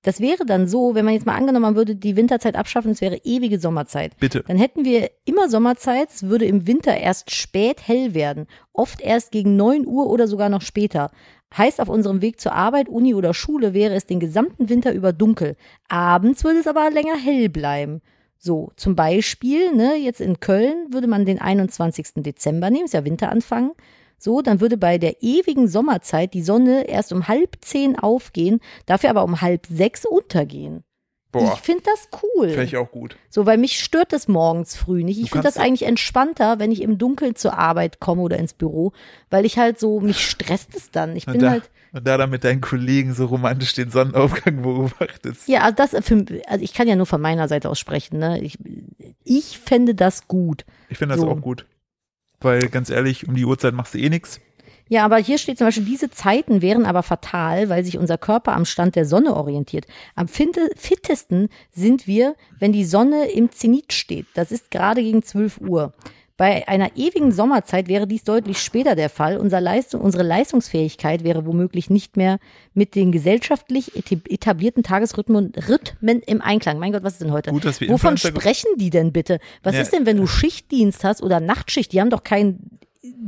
S2: Das wäre dann so, wenn man jetzt mal angenommen man würde die Winterzeit abschaffen, es wäre ewige Sommerzeit.
S1: Bitte.
S2: Dann hätten wir immer Sommerzeit, es würde im Winter erst spät hell werden. Oft erst gegen 9 Uhr oder sogar noch später. Heißt, auf unserem Weg zur Arbeit, Uni oder Schule wäre es den gesamten Winter über dunkel. Abends würde es aber länger hell bleiben. So, zum Beispiel, ne, jetzt in Köln würde man den 21. Dezember nehmen, ist ja Winteranfang. So, dann würde bei der ewigen Sommerzeit die Sonne erst um halb zehn aufgehen, dafür aber um halb sechs untergehen.
S1: Boah,
S2: Ich finde das cool.
S1: fände ich auch gut.
S2: So, weil mich stört das morgens früh nicht. Ich finde das
S1: kannst-
S2: eigentlich entspannter, wenn ich im Dunkeln zur Arbeit komme oder ins Büro, weil ich halt so, mich stresst es dann. Ich
S1: Und
S2: bin
S1: da,
S2: halt,
S1: und da dann mit deinen Kollegen so romantisch den Sonnenaufgang beobachtest.
S2: ja, also das, für, also ich kann ja nur von meiner Seite aus sprechen, ne. Ich, ich fände das gut.
S1: Ich finde das
S2: So.
S1: auch gut. Weil ganz ehrlich, um die Uhrzeit machst du eh nichts.
S2: Ja, aber hier steht zum Beispiel, diese Zeiten wären aber fatal, weil sich unser Körper am Stand der Sonne orientiert. Am finte- fittesten sind wir, wenn die Sonne im Zenit steht. Das ist gerade gegen 12 Uhr. Bei einer ewigen Sommerzeit wäre dies deutlich später der Fall. Unser Leistung, unsere Leistungsfähigkeit wäre womöglich nicht mehr mit den gesellschaftlich etab- etablierten Tagesrhythmen Rhythmen im Einklang. Mein Gott, was ist denn heute?
S1: Gut, dass wir
S2: Wovon
S1: Influencer-
S2: sprechen die denn bitte? Was
S1: Ja.
S2: ist denn, wenn du Schichtdienst hast oder Nachtschicht? Die haben doch keinen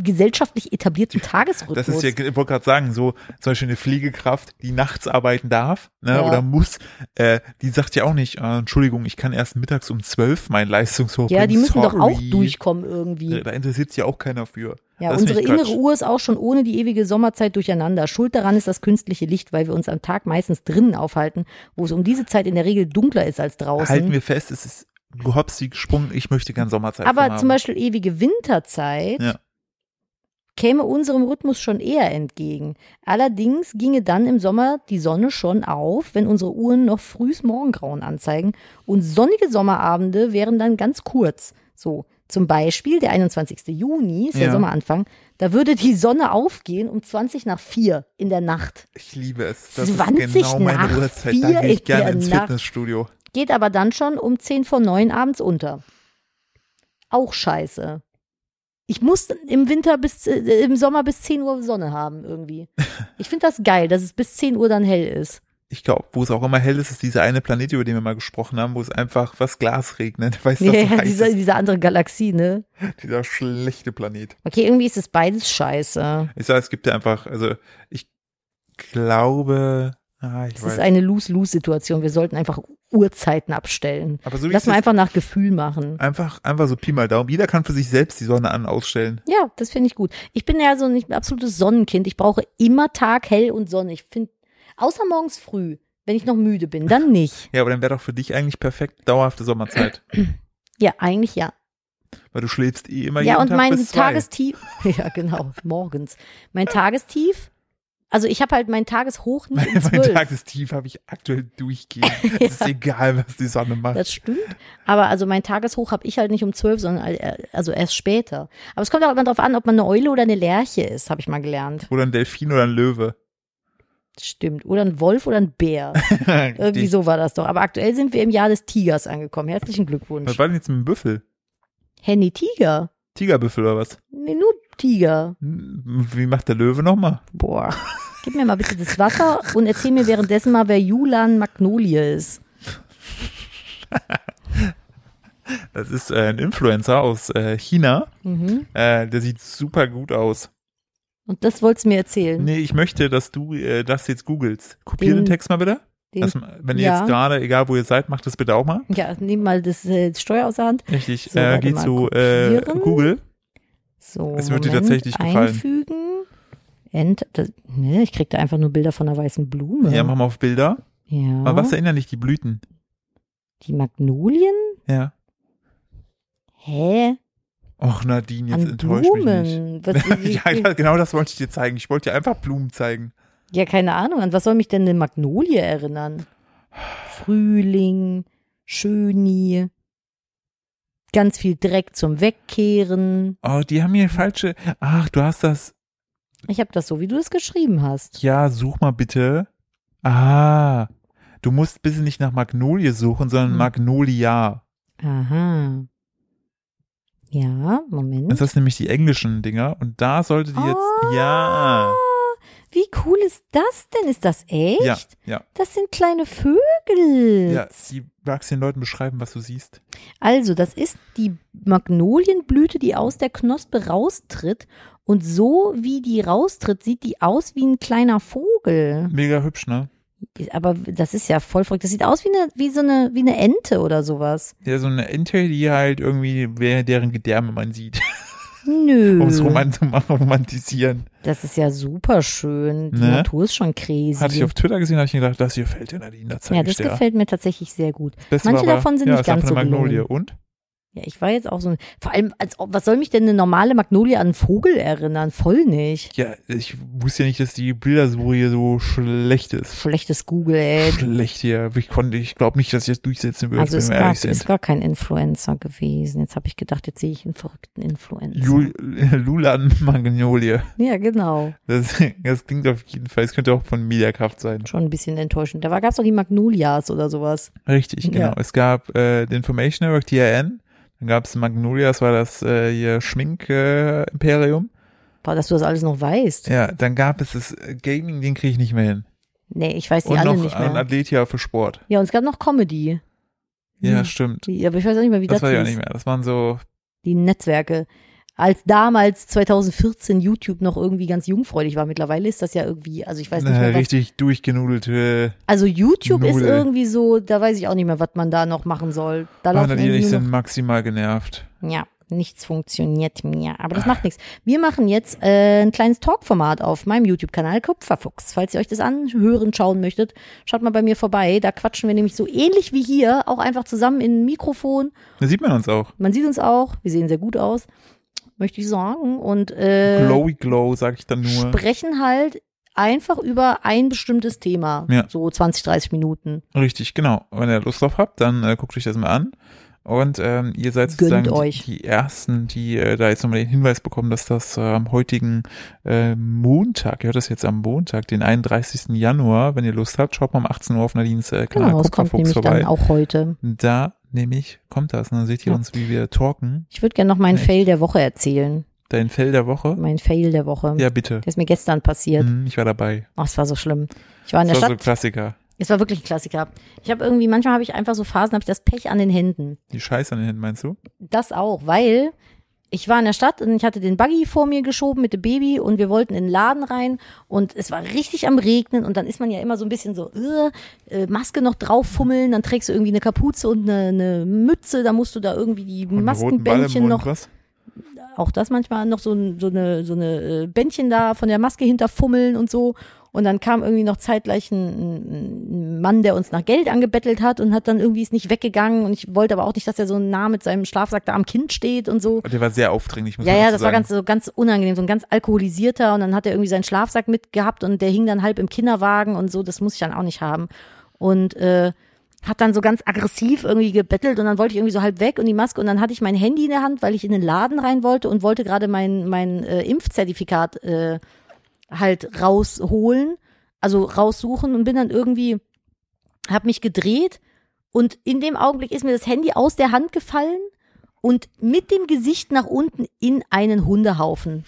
S2: gesellschaftlich etablierten Tagesrhythmus.
S1: Das ist ja, genau ich wollte gerade sagen, so zum Beispiel eine Pflegekraft, die nachts arbeiten darf ne,
S2: Ja.
S1: oder muss, äh, die sagt ja auch nicht, äh, Entschuldigung, ich kann erst mittags um zwölf meinen Leistungshoch
S2: ja, die
S1: bringen,
S2: müssen doch
S1: sorry.
S2: auch durchkommen irgendwie.
S1: Da interessiert sich ja auch keiner für.
S2: Ja,
S1: Das
S2: unsere
S1: finde ich
S2: innere
S1: Quatsch.
S2: Uhr ist auch schon ohne die ewige Sommerzeit durcheinander. Schuld daran ist das künstliche Licht, weil wir uns am Tag meistens drinnen aufhalten, wo es um diese Zeit in der Regel dunkler ist als draußen.
S1: Halten wir fest, es ist gehopst, wie gesprungen, ich möchte gern Sommerzeit
S2: Aber
S1: haben.
S2: zum Beispiel ewige Winterzeit
S1: Ja.
S2: käme unserem Rhythmus schon eher entgegen. Allerdings ginge dann im Sommer die Sonne schon auf, wenn unsere Uhren noch frühes Morgengrauen anzeigen. Und sonnige Sommerabende wären dann ganz kurz. So, zum Beispiel der 21. Juni ist der
S1: Ja.
S2: Sommeranfang. Da würde die Sonne aufgehen um 20 nach 4 in der Nacht.
S1: Ich liebe es. Das
S2: 20
S1: ist genau meine
S2: nach
S1: Uhrzeit.
S2: vier
S1: Da gehe
S2: in
S1: ich gerne
S2: der
S1: ins
S2: Nacht.
S1: Fitnessstudio.
S2: Geht aber dann schon um 10 vor 9 abends unter. Auch scheiße. Ich muss im Winter bis, äh, im Sommer bis 10 Uhr Sonne haben irgendwie. Ich finde das geil, dass es bis 10 Uhr dann hell ist.
S1: Ich glaube, wo es auch immer hell ist, ist dieser eine Planet, über den wir mal gesprochen haben, wo es einfach was Glas regnet. Weißt du,
S2: Ja,
S1: das
S2: ja,
S1: heiß
S2: diese,
S1: ist?
S2: diese andere Galaxie, ne?
S1: dieser schlechte Planet.
S2: Okay, irgendwie ist es beides scheiße.
S1: Ich sage, es gibt ja einfach, also ich glaube, ah, ich
S2: Es
S1: weiß.
S2: ist eine Lose-Lose-Situation. Wir sollten einfach Uhrzeiten abstellen.
S1: aber so wie
S2: Lass
S1: es
S2: mal
S1: ist,
S2: einfach nach Gefühl machen.
S1: einfach, einfach so Pi mal Daumen. Jeder kann für sich selbst die Sonne an und ausstellen.
S2: Ja, das finde ich gut. Ich bin ja so ein ich bin ein absolutes Sonnenkind. Ich brauche immer Tag hell und Sonne. Ich finde, außer morgens früh, wenn ich noch müde bin, dann nicht.
S1: Ja, aber dann wäre doch für dich eigentlich perfekt dauerhafte Sommerzeit.
S2: Ja, eigentlich ja.
S1: Weil du schläfst eh immer
S2: ja,
S1: jeden
S2: und
S1: Tag
S2: mein
S1: bis zwei.
S2: Tagestief. Ja, genau, morgens. Mein Tagestief. Also ich habe halt mein Tageshoch nicht um
S1: mein, mein
S2: zwölf.
S1: Tagestief habe ich aktuell durchgehend. Es ist egal, was die Sonne macht.
S2: Das stimmt. Aber also mein Tageshoch habe ich halt nicht um zwölf, sondern all- also erst später. Aber es kommt auch immer drauf an, ob man eine Eule oder eine Lerche ist, habe ich mal gelernt.
S1: oder ein Delfin oder ein Löwe.
S2: Stimmt. Oder ein Wolf oder ein Bär. Irgendwie
S1: Richtig.
S2: so Äh, war das doch. Aber aktuell sind wir im Jahr des Tigers angekommen. Herzlichen
S1: Was
S2: Glückwunsch.
S1: war denn jetzt mit dem Büffel?
S2: Henny Tiger?
S1: Tigerbüffel oder was?
S2: Nee, nur Tiger.
S1: Hm, Wie macht der Löwe nochmal?
S2: Boah. Gib mir mal bitte das Wasser und erzähl mir währenddessen mal, wer Julian Magnolie ist.
S1: Das ist äh, ein Influencer aus äh, China.
S2: Mhm.
S1: Äh, der sieht super gut aus.
S2: Und das wolltest du mir erzählen.
S1: Nee, ich möchte, dass du äh, das jetzt googelst. Kopier den,
S2: Den-
S1: Text mal bitte.
S2: Den,
S1: Das, wenn ihr
S2: ja.
S1: jetzt gerade, egal wo ihr seid, macht das bitte auch mal.
S2: ja, nimm mal das äh, Steuer aus der Hand.
S1: Richtig.
S2: So,
S1: äh,
S2: warte
S1: geht
S2: mal,
S1: zu äh,
S2: kopieren.
S1: Google.
S2: So,
S1: Es wird dir
S2: Moment,
S1: tatsächlich gefallen.
S2: einfügen. Ent, das, nee, ich krieg da einfach nur Bilder von einer weißen Blume.
S1: Ja, machen wir auf Bilder.
S2: Ja.
S1: Aber was erinnern dich die Blüten?
S2: Die Magnolien?
S1: Ja.
S2: Hä?
S1: Och, Nadine, jetzt
S2: An
S1: enttäuscht mich
S2: Blumen? Was,
S1: nicht. ja, das- genau das wollte ich dir zeigen. Ich wollte dir einfach Blumen zeigen.
S2: Ja, keine Ahnung. An was soll mich denn eine Magnolie erinnern? Frühling, Schöni, ganz viel Dreck zum Wegkehren.
S1: Oh, die haben hier falsche. Ach, du hast das.
S2: Ich habe das so, wie du es geschrieben hast.
S1: Ja, such mal bitte. Ah. Du musst bitte nicht nach Magnolie suchen, sondern
S2: Hm.
S1: Magnolia.
S2: Aha. Ja, Moment.
S1: Das ist nämlich die englischen Dinger. Und da sollte die jetzt.
S2: Oh,
S1: Ja.
S2: Wie cool ist das denn? Ist das echt?
S1: Ja, ja.
S2: Das sind kleine Vögel.
S1: Ja, sie magst den Leuten beschreiben, was du siehst.
S2: Also, das ist die Magnolienblüte, die aus der Knospe raustritt. Und so wie die raustritt, sieht die aus wie ein kleiner Vogel.
S1: Mega hübsch, ne?
S2: Aber das ist ja voll verrückt. Das sieht aus wie eine, wie so eine, wie eine Ente oder sowas.
S1: Ja, so eine Ente, die halt irgendwie, wer deren Gedärme man sieht.
S2: Nö.
S1: um es roman zu machen, romantisieren.
S2: Das ist ja super schön. Die
S1: Ne?
S2: Natur ist schon crazy.
S1: Hatte ich auf Twitter gesehen, habe ich mir gedacht, das hier fällt dir, Nadine, da zeige
S2: ja,
S1: ich
S2: das
S1: dir.
S2: gefällt mir tatsächlich sehr gut.
S1: Beste
S2: Manche
S1: war aber-
S2: davon sind
S1: ja,
S2: nicht
S1: es war
S2: ganz
S1: von der
S2: so gelungen.
S1: Magnolie. Und?
S2: Ja, ich war jetzt auch so ein, vor allem, als, ob- was soll mich denn eine normale Magnolie an einen Vogel erinnern? Voll nicht.
S1: Ja, ich wusste ja nicht, dass die Bildersuche so schlecht ist.
S2: Schlechtes Google, ey.
S1: Schlecht hier. Ich konnte, ich glaube nicht, dass ich das durchsetzen würde,
S2: Also
S1: wenn
S2: ist
S1: wir
S2: gar,
S1: ehrlich sind.
S2: ist gar kein Influencer gewesen. Jetzt habe ich gedacht, jetzt sehe ich einen verrückten Influencer.
S1: Jul Lulan Magnolie.
S2: Ja, genau.
S1: Das, das klingt auf jeden Fall, es könnte auch von Mediakraft sein.
S2: Schon ein bisschen enttäuschend. Da gab es doch die Magnolias oder sowas.
S1: Richtig, genau.
S2: Ja.
S1: Es gab äh, The Information Network, TRN. Dann gab es Magnolia, das war das äh, hier Schmink-Imperium.
S2: Boah, dass du das alles noch weißt.
S1: ja, dann gab es das äh, Gaming, den kriege ich nicht mehr hin.
S2: Nee, ich weiß die
S1: Und
S2: alle
S1: noch äh,
S2: nicht
S1: ein
S2: mehr.
S1: Athletia für Sport.
S2: Ja, und es gab noch Comedy.
S1: Ja,
S2: Hm.
S1: stimmt.
S2: Die, aber ich weiß auch nicht mehr, wie das,
S1: Das war ja
S2: hieß.
S1: nicht mehr. Das waren so,
S2: Die Netzwerke. Als damals 2014 YouTube noch irgendwie ganz jungfräulich war. Mittlerweile ist das ja irgendwie, also ich weiß nicht
S1: äh,
S2: mehr, was
S1: richtig durchgenudelte.
S2: Also YouTube ist
S1: Nudel.
S2: irgendwie so, da weiß ich auch nicht mehr, was man da noch machen soll. Da
S1: Ah,
S2: laufen
S1: Nadine und
S2: irgendwie
S1: ich
S2: nur
S1: sind maximal genervt.
S2: noch, ja, nichts funktioniert mir, aber das
S1: Ah.
S2: macht nichts. Wir machen jetzt äh, ein kleines Talk-Format auf meinem YouTube-Kanal Kupferfuchs. Falls ihr euch das anhören, schauen möchtet, schaut mal bei mir vorbei. Da quatschen wir nämlich so ähnlich wie hier, auch einfach zusammen in ein Mikrofon.
S1: Da sieht man uns auch.
S2: Man sieht uns auch, wir sehen sehr gut aus, möchte ich sagen. Und äh,
S1: Glowy Glow, sag ich dann nur.
S2: sprechen halt einfach über ein bestimmtes Thema.
S1: Ja.
S2: So 20, 30 Minuten.
S1: Richtig, genau. Wenn ihr Lust drauf habt, dann äh, guckt euch das mal an. Und ähm, ihr seid
S2: Gönnt
S1: sozusagen
S2: euch.
S1: Die, die Ersten, die äh, da jetzt nochmal den Hinweis bekommen, dass das äh, am heutigen äh, Montag, ihr hört das jetzt am Montag, den 31. Januar, wenn ihr Lust habt, schaut mal um 18 Uhr auf Nadines äh, Kanal
S2: Genau, es kommt
S1: Kupferfuchs
S2: nämlich
S1: vorbei.
S2: dann auch heute.
S1: Da nämlich kommt das. Und dann seht ihr
S2: Ja.
S1: uns, wie wir talken.
S2: Ich würde gerne noch meinen
S1: Echt?
S2: Fail der Woche erzählen.
S1: Dein Fell der Woche.
S2: Mein Fail der Woche.
S1: Ja, bitte.
S2: Der ist mir gestern passiert.
S1: Mhm, ich war dabei.
S2: Ach, es war so schlimm. Ich war in der
S1: Das war so ein
S2: Stadt.
S1: Klassiker.
S2: Es war wirklich ein Klassiker. Ich habe irgendwie, manchmal habe ich einfach so Phasen, habe ich das Pech an den Händen.
S1: Die Scheiße an den Händen, meinst du?
S2: Das auch, weil ich war in der Stadt und ich hatte den Buggy vor mir geschoben mit dem Baby und wir wollten in den Laden rein und es war richtig am Regnen und dann ist man ja immer so ein bisschen so, äh, äh, Maske noch drauf fummeln, dann trägst du irgendwie eine Kapuze und eine, eine Mütze, da musst du da irgendwie die
S1: Und einen roten Ball im
S2: Maskenbändchen
S1: Mund,
S2: noch
S1: was?
S2: auch das manchmal noch so, ein- so eine, so eine äh, Bändchen da von der Maske hinterfummeln und so. Und dann kam irgendwie noch zeitgleich ein- ein, ein Mann, der uns nach Geld angebettelt hat und hat dann irgendwie ist nicht weggegangen. Und ich wollte aber auch nicht, dass er so nah mit seinem Schlafsack da am Kind steht und so.
S1: Und der war sehr aufdringlich, muss
S2: Ja,
S1: man
S2: ja,
S1: dazu
S2: das war
S1: sagen.
S2: ganz, so ganz unangenehm, so ein ganz alkoholisierter und dann hat er irgendwie seinen Schlafsack mitgehabt und der hing dann halb im Kinderwagen und so, das muss ich dann auch nicht haben. Und äh, hat dann so ganz aggressiv irgendwie gebettelt und dann wollte ich irgendwie so halb weg und die Maske und dann hatte ich mein Handy in der Hand, weil ich in den Laden rein wollte und wollte gerade mein, mein äh, Impfzertifikat äh, halt rausholen, also raussuchen und bin dann irgendwie, hab mich gedreht und in dem Augenblick ist mir das Handy aus der Hand gefallen und mit dem Gesicht nach unten in einen Hundehaufen.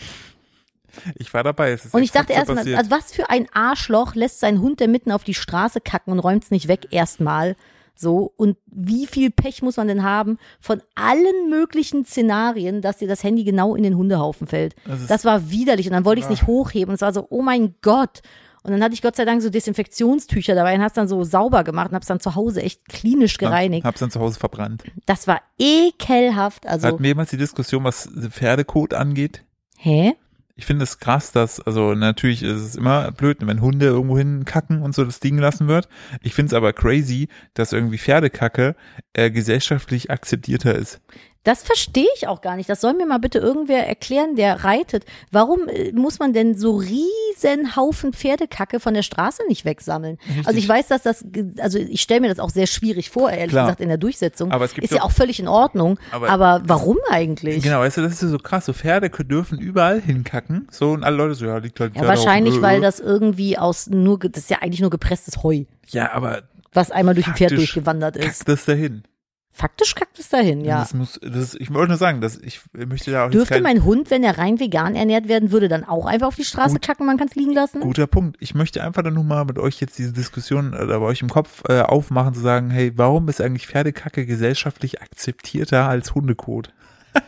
S1: Ich war dabei. Es ist
S2: Und ich
S1: exakt
S2: dachte
S1: so
S2: erstmal,
S1: passiert.
S2: also was für ein Arschloch lässt seinen Hund denn mitten auf die Straße kacken und räumt es nicht weg erstmal. So, und wie viel Pech muss man denn haben von allen möglichen Szenarien, dass dir das Handy genau in den Hundehaufen fällt?
S1: Das ist-
S2: Das war widerlich und dann wollte ich es nicht hochheben und es war so, oh mein Gott. Und dann hatte ich Gott sei Dank so Desinfektionstücher dabei und hab's dann so sauber gemacht und hab's dann zu Hause echt klinisch gereinigt.
S1: Hab's dann zu Hause verbrannt.
S2: Das war ekelhaft. Also,
S1: Hatten wir jemals die Diskussion, was Pferdekot angeht?
S2: hä?
S1: Ich finde es krass, dass, also natürlich ist es immer blöd, wenn Hunde irgendwo hinkacken und so das Ding gelassen wird. Ich finde es aber crazy, dass irgendwie Pferdekacke äh, gesellschaftlich akzeptierter ist.
S2: Das verstehe ich auch gar nicht. Das soll mir mal bitte irgendwer erklären, der reitet. Warum äh, muss man denn so riesen Haufen Pferdekacke von der Straße nicht wegsammeln? Also ich weiß, dass das, ge- also ich stelle mir das auch sehr schwierig vor, ehrlich
S1: Klar.
S2: gesagt, in der Durchsetzung.
S1: Aber es gibt
S2: ist ja
S1: doch-
S2: auch völlig in Ordnung.
S1: Aber-
S2: Aber, warum eigentlich?
S1: Genau, weißt du, das ist ja so krass. So Pferde dürfen überall hinkacken. So, und alle Leute so, ja, liegt halt
S2: Ja,
S1: Pferdehof,
S2: wahrscheinlich,
S1: äh,
S2: weil
S1: äh.
S2: das irgendwie aus nur, ge- das ist ja eigentlich nur gepresstes Heu,
S1: Ja, aber
S2: was einmal durch ein Pferd
S1: Faktisch
S2: durchgewandert ist.
S1: kackt das dahin.
S2: Faktisch kackt es dahin, ja.
S1: Das muss, das, ich wollte nur sagen, dass ich möchte da auch jetzt
S2: Dürfte
S1: kein-
S2: mein Hund, wenn er rein vegan ernährt werden würde, dann auch einfach auf die Straße
S1: Gut.
S2: kacken, man kann es liegen lassen?
S1: Guter Punkt. Ich möchte einfach dann nur mal mit euch jetzt diese Diskussion oder bei euch im Kopf äh, aufmachen, zu sagen, hey, warum ist eigentlich Pferdekacke gesellschaftlich akzeptierter als Hundekot?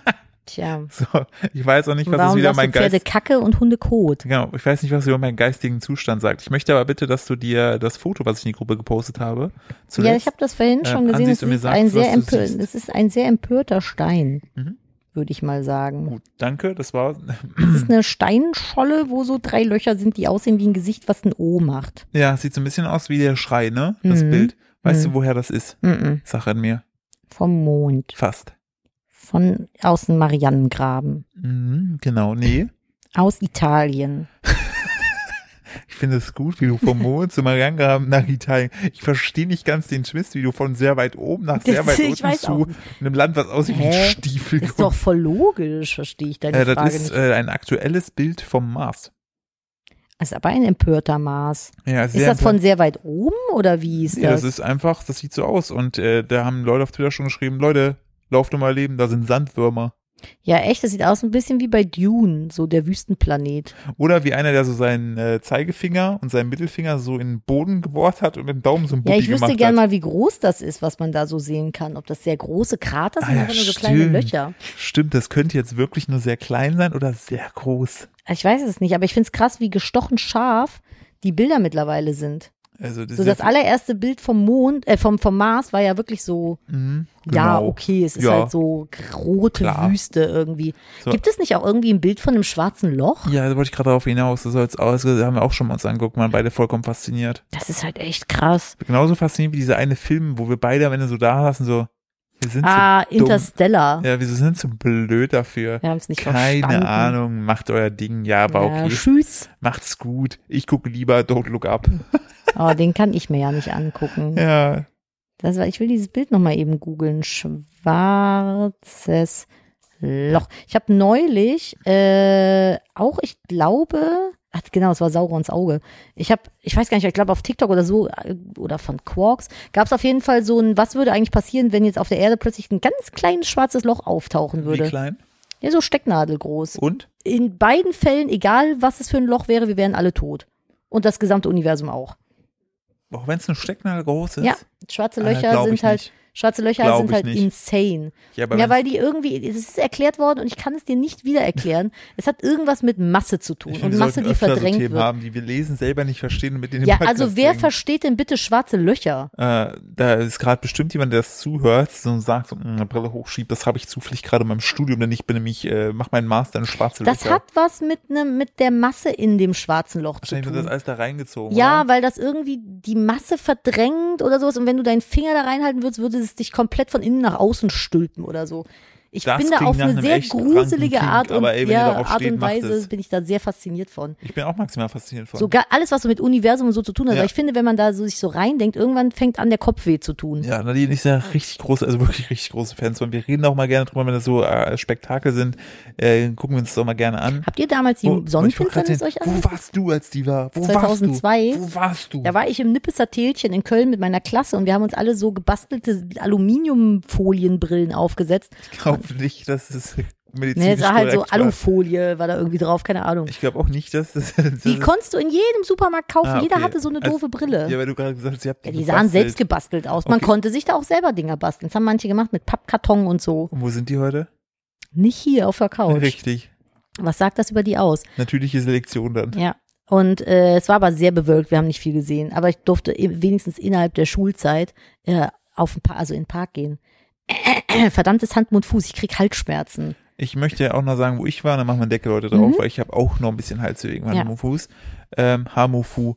S2: Tja.
S1: So, ich weiß auch nicht, was es
S2: Warum
S1: wieder
S2: sagst
S1: mein
S2: du Pferde
S1: Geist.
S2: Kacke und Hunde Kot?
S1: Genau, ich weiß nicht, was über meinen geistigen Zustand sagt. Ich möchte aber bitte, dass du dir das Foto, was ich in die Gruppe gepostet habe,
S2: Ja,
S1: zuletzt.
S2: ich habe das vorhin
S1: äh,
S2: schon gesehen.
S1: ansiehst
S2: Es
S1: und mir
S2: ist,
S1: sagst,
S2: ein
S1: was
S2: sehr
S1: du
S2: empör-
S1: siehst. Mhm.
S2: es ist ein sehr empörter Stein. würde ich mal sagen.
S1: Gut, danke. Das war.
S2: Das ist eine Steinscholle, wo so drei Löcher sind, die aussehen wie ein Gesicht, was ein O macht.
S1: Ja, sieht so ein bisschen aus wie der Schrei, ne? Das
S2: Mhm.
S1: Bild. Weißt
S2: Mhm.
S1: du, woher das ist?
S2: Mhm.
S1: Sag an mir.
S2: Vom Mond.
S1: Fast.
S2: Von aus dem Marianengraben.
S1: Mhm, genau, nee.
S2: Aus Italien.
S1: Ich finde es gut, wie du vom Mond zum Marianengraben nach Italien. Ich verstehe nicht ganz den Twist, wie du von sehr weit oben nach sehr
S2: Das-
S1: weit
S2: ich
S1: unten
S2: weiß auch
S1: zu einem Land, was aussieht wie ein
S2: Hä?
S1: Stiefel.
S2: Ist doch voll logisch, verstehe ich deine
S1: äh,
S2: Frage
S1: das ist
S2: nicht.
S1: äh, ein aktuelles Bild vom Mars.
S2: Das ist aber ein empörter Maß.
S1: Ja,
S2: Ist das von sehr weit oben oder wie ist
S1: Nee, das
S2: das?
S1: ist einfach, das sieht so aus. Und äh, da haben Leute auf Twitter schon geschrieben, Leute, lauft doch mal leben, da sind Sandwürmer.
S2: ja, echt, das sieht aus ein bisschen wie bei Dune, so der Wüstenplanet.
S1: Oder wie einer, der so seinen äh, Zeigefinger und seinen Mittelfinger so in den Boden gebohrt hat und mit dem Daumen so ein
S2: Ja,
S1: Bubi
S2: ich wüsste
S1: gemacht
S2: gern
S1: hat.
S2: mal, wie groß das ist, was man da so sehen kann. Ob das sehr große Krater sind
S1: Ah ja,
S2: oder nur so kleine
S1: stimmt.
S2: Löcher.
S1: Stimmt, das könnte jetzt wirklich nur sehr klein sein oder sehr groß.
S2: Ich weiß es nicht, aber ich finde es krass, wie gestochen scharf die Bilder mittlerweile sind.
S1: Also das
S2: So
S1: ist
S2: das
S1: ja-
S2: allererste Bild vom Mond, äh, vom, vom Mars war ja wirklich so,
S1: Mhm,
S2: ja,
S1: genau.
S2: okay, es ist
S1: Ja.
S2: halt so rote
S1: Klar.
S2: Wüste irgendwie.
S1: So.
S2: Gibt es nicht auch irgendwie ein Bild von einem schwarzen Loch?
S1: Ja, da wollte ich gerade darauf hinaus. Das soll's aus. Das haben wir auch schon mal uns angeguckt, waren beide vollkommen fasziniert.
S2: Das ist halt echt krass.
S1: Genauso fasziniert wie diese eine Film, wo wir beide am Ende so da saßen, so, wir sind
S2: Ah,
S1: so dumm.
S2: Interstellar.
S1: Ja, wir sind so blöd dafür.
S2: Wir haben es nicht
S1: Keine
S2: verstanden.
S1: Ahnung, macht euer Ding, ja, aber
S2: Ja,
S1: okay,
S2: Tschüss.
S1: macht's gut. Ich gucke lieber Don't Look Up.
S2: Oh, den kann ich mir ja nicht angucken.
S1: Ja,
S2: Das war, ich will dieses Bild nochmal eben googeln. Schwarzes Loch. Ich habe neulich äh, auch, ich glaube, ach genau, es war Saurons Auge. Ich habe, ich weiß gar nicht, ich glaube auf TikTok oder so äh, oder von Quarks gab es auf jeden Fall so ein, was würde eigentlich passieren, wenn jetzt auf der Erde plötzlich ein ganz kleines schwarzes Loch auftauchen
S1: wie
S2: würde?
S1: klein.
S2: Ja, so stecknadelgroß.
S1: Und?
S2: In beiden Fällen, egal was es für ein Loch wäre, wir wären alle tot. Und das gesamte Universum auch.
S1: Auch wenn es eine Stecknadel groß ist.
S2: Ja, schwarze
S1: Äh,
S2: Löcher
S1: glaub ich
S2: sind halt,
S1: nicht.
S2: schwarze Löcher
S1: Glaub
S2: sind
S1: ich
S2: halt
S1: nicht.
S2: insane.
S1: Ja, aber
S2: ja,
S1: wenn's-
S2: weil die irgendwie, es ist erklärt worden und ich kann es dir nicht wieder erklären. es hat irgendwas mit Masse zu tun
S1: ich finde,
S2: und
S1: wir
S2: Masse,
S1: sollten
S2: die
S1: öfter so
S2: verdrängt
S1: Themen
S2: wird.
S1: haben, die wir lesen, selber nicht verstehen und mit denen
S2: Ja,
S1: den Podcast
S2: also wer
S1: bringen.
S2: versteht denn bitte schwarze Löcher?
S1: Äh, da ist gerade bestimmt jemand, der das zuhört so und sagt, so, "Mm, eine Brille hochschiebt, das habe ich zufällig gerade in meinem Studium, denn ich bin nämlich, äh, mache meinen Master in schwarze
S2: Das
S1: Löcher.
S2: hat was mit einem, mit der Masse in dem schwarzen Loch zu
S1: Wahrscheinlich wird das
S2: tun.
S1: alles da reingezogen.
S2: Ja,
S1: oder?
S2: weil das irgendwie die Masse verdrängt oder sowas. Und wenn du deinen Finger da reinhalten würdest, würde es dich komplett von innen nach außen stülpen oder so. Ich
S1: Das
S2: bin da
S1: klingt
S2: auf
S1: nach
S2: eine
S1: einem
S2: sehr
S1: echt
S2: gruselige
S1: kranken
S2: Art
S1: Kink,
S2: und,
S1: aber ey, wenn ihr
S2: ja,
S1: darauf
S2: Art
S1: steht,
S2: und
S1: macht
S2: Weise
S1: es.
S2: bin ich da sehr fasziniert von.
S1: Ich bin auch maximal fasziniert von.
S2: Sogar alles, was so mit Universum und so zu tun hat.
S1: Ja.
S2: Weil ich finde, wenn man da so sich so reindenkt, irgendwann fängt an, der Kopf weh zu tun.
S1: ja, Nadine ist ja richtig große, also wirklich richtig große Fans von. Wir reden auch mal gerne drüber, wenn das so äh, Spektakel sind. Äh, gucken wir uns das doch mal gerne an.
S2: Habt ihr damals die
S1: Wo- Oh, ich wollte gerade
S2: Sonnenfinsternis
S1: sehen,
S2: euch an?
S1: Wo warst du, als die war? Wo
S2: 2002?
S1: warst du? Wo warst du?
S2: Da war ich im Nippeser Tälchen in Köln mit meiner Klasse und wir haben uns alle so gebastelte Aluminiumfolienbrillen aufgesetzt.
S1: ich glaube nicht, dass es medizinisch
S2: Ne, es war halt so
S1: korrekt war.
S2: Alufolie, war da irgendwie drauf, keine Ahnung.
S1: Ich glaube auch nicht, dass das. das
S2: Die konntest du in jedem Supermarkt kaufen.
S1: Ah,
S2: Jeder
S1: okay.
S2: hatte so eine
S1: Also,
S2: doofe Brille.
S1: Ja, weil du gerade gesagt hast, ihr habt
S2: Ja, die sahen
S1: gebastelt.
S2: selbst gebastelt aus. Man
S1: Okay.
S2: konnte sich da auch selber Dinger basteln. Das haben manche gemacht mit Pappkarton und so.
S1: Und wo sind die heute?
S2: Nicht hier auf der Couch.
S1: Richtig.
S2: Was sagt das über die aus?
S1: Natürliche Selektion dann.
S2: Ja. Und äh, es war aber sehr bewölkt, wir haben nicht viel gesehen. Aber ich durfte i- wenigstens innerhalb der Schulzeit äh, auf den pa also in den Park gehen. Verdammtes Hand, Mund, Fuß, ich krieg Halsschmerzen.
S1: Ich möchte ja auch noch sagen, wo ich war, dann machen wir einen Deckel heute drauf, weil ich habe auch noch ein bisschen Hals wegen meinem
S2: Mhm. Ja.
S1: Fuß. Ähm, Hamufu.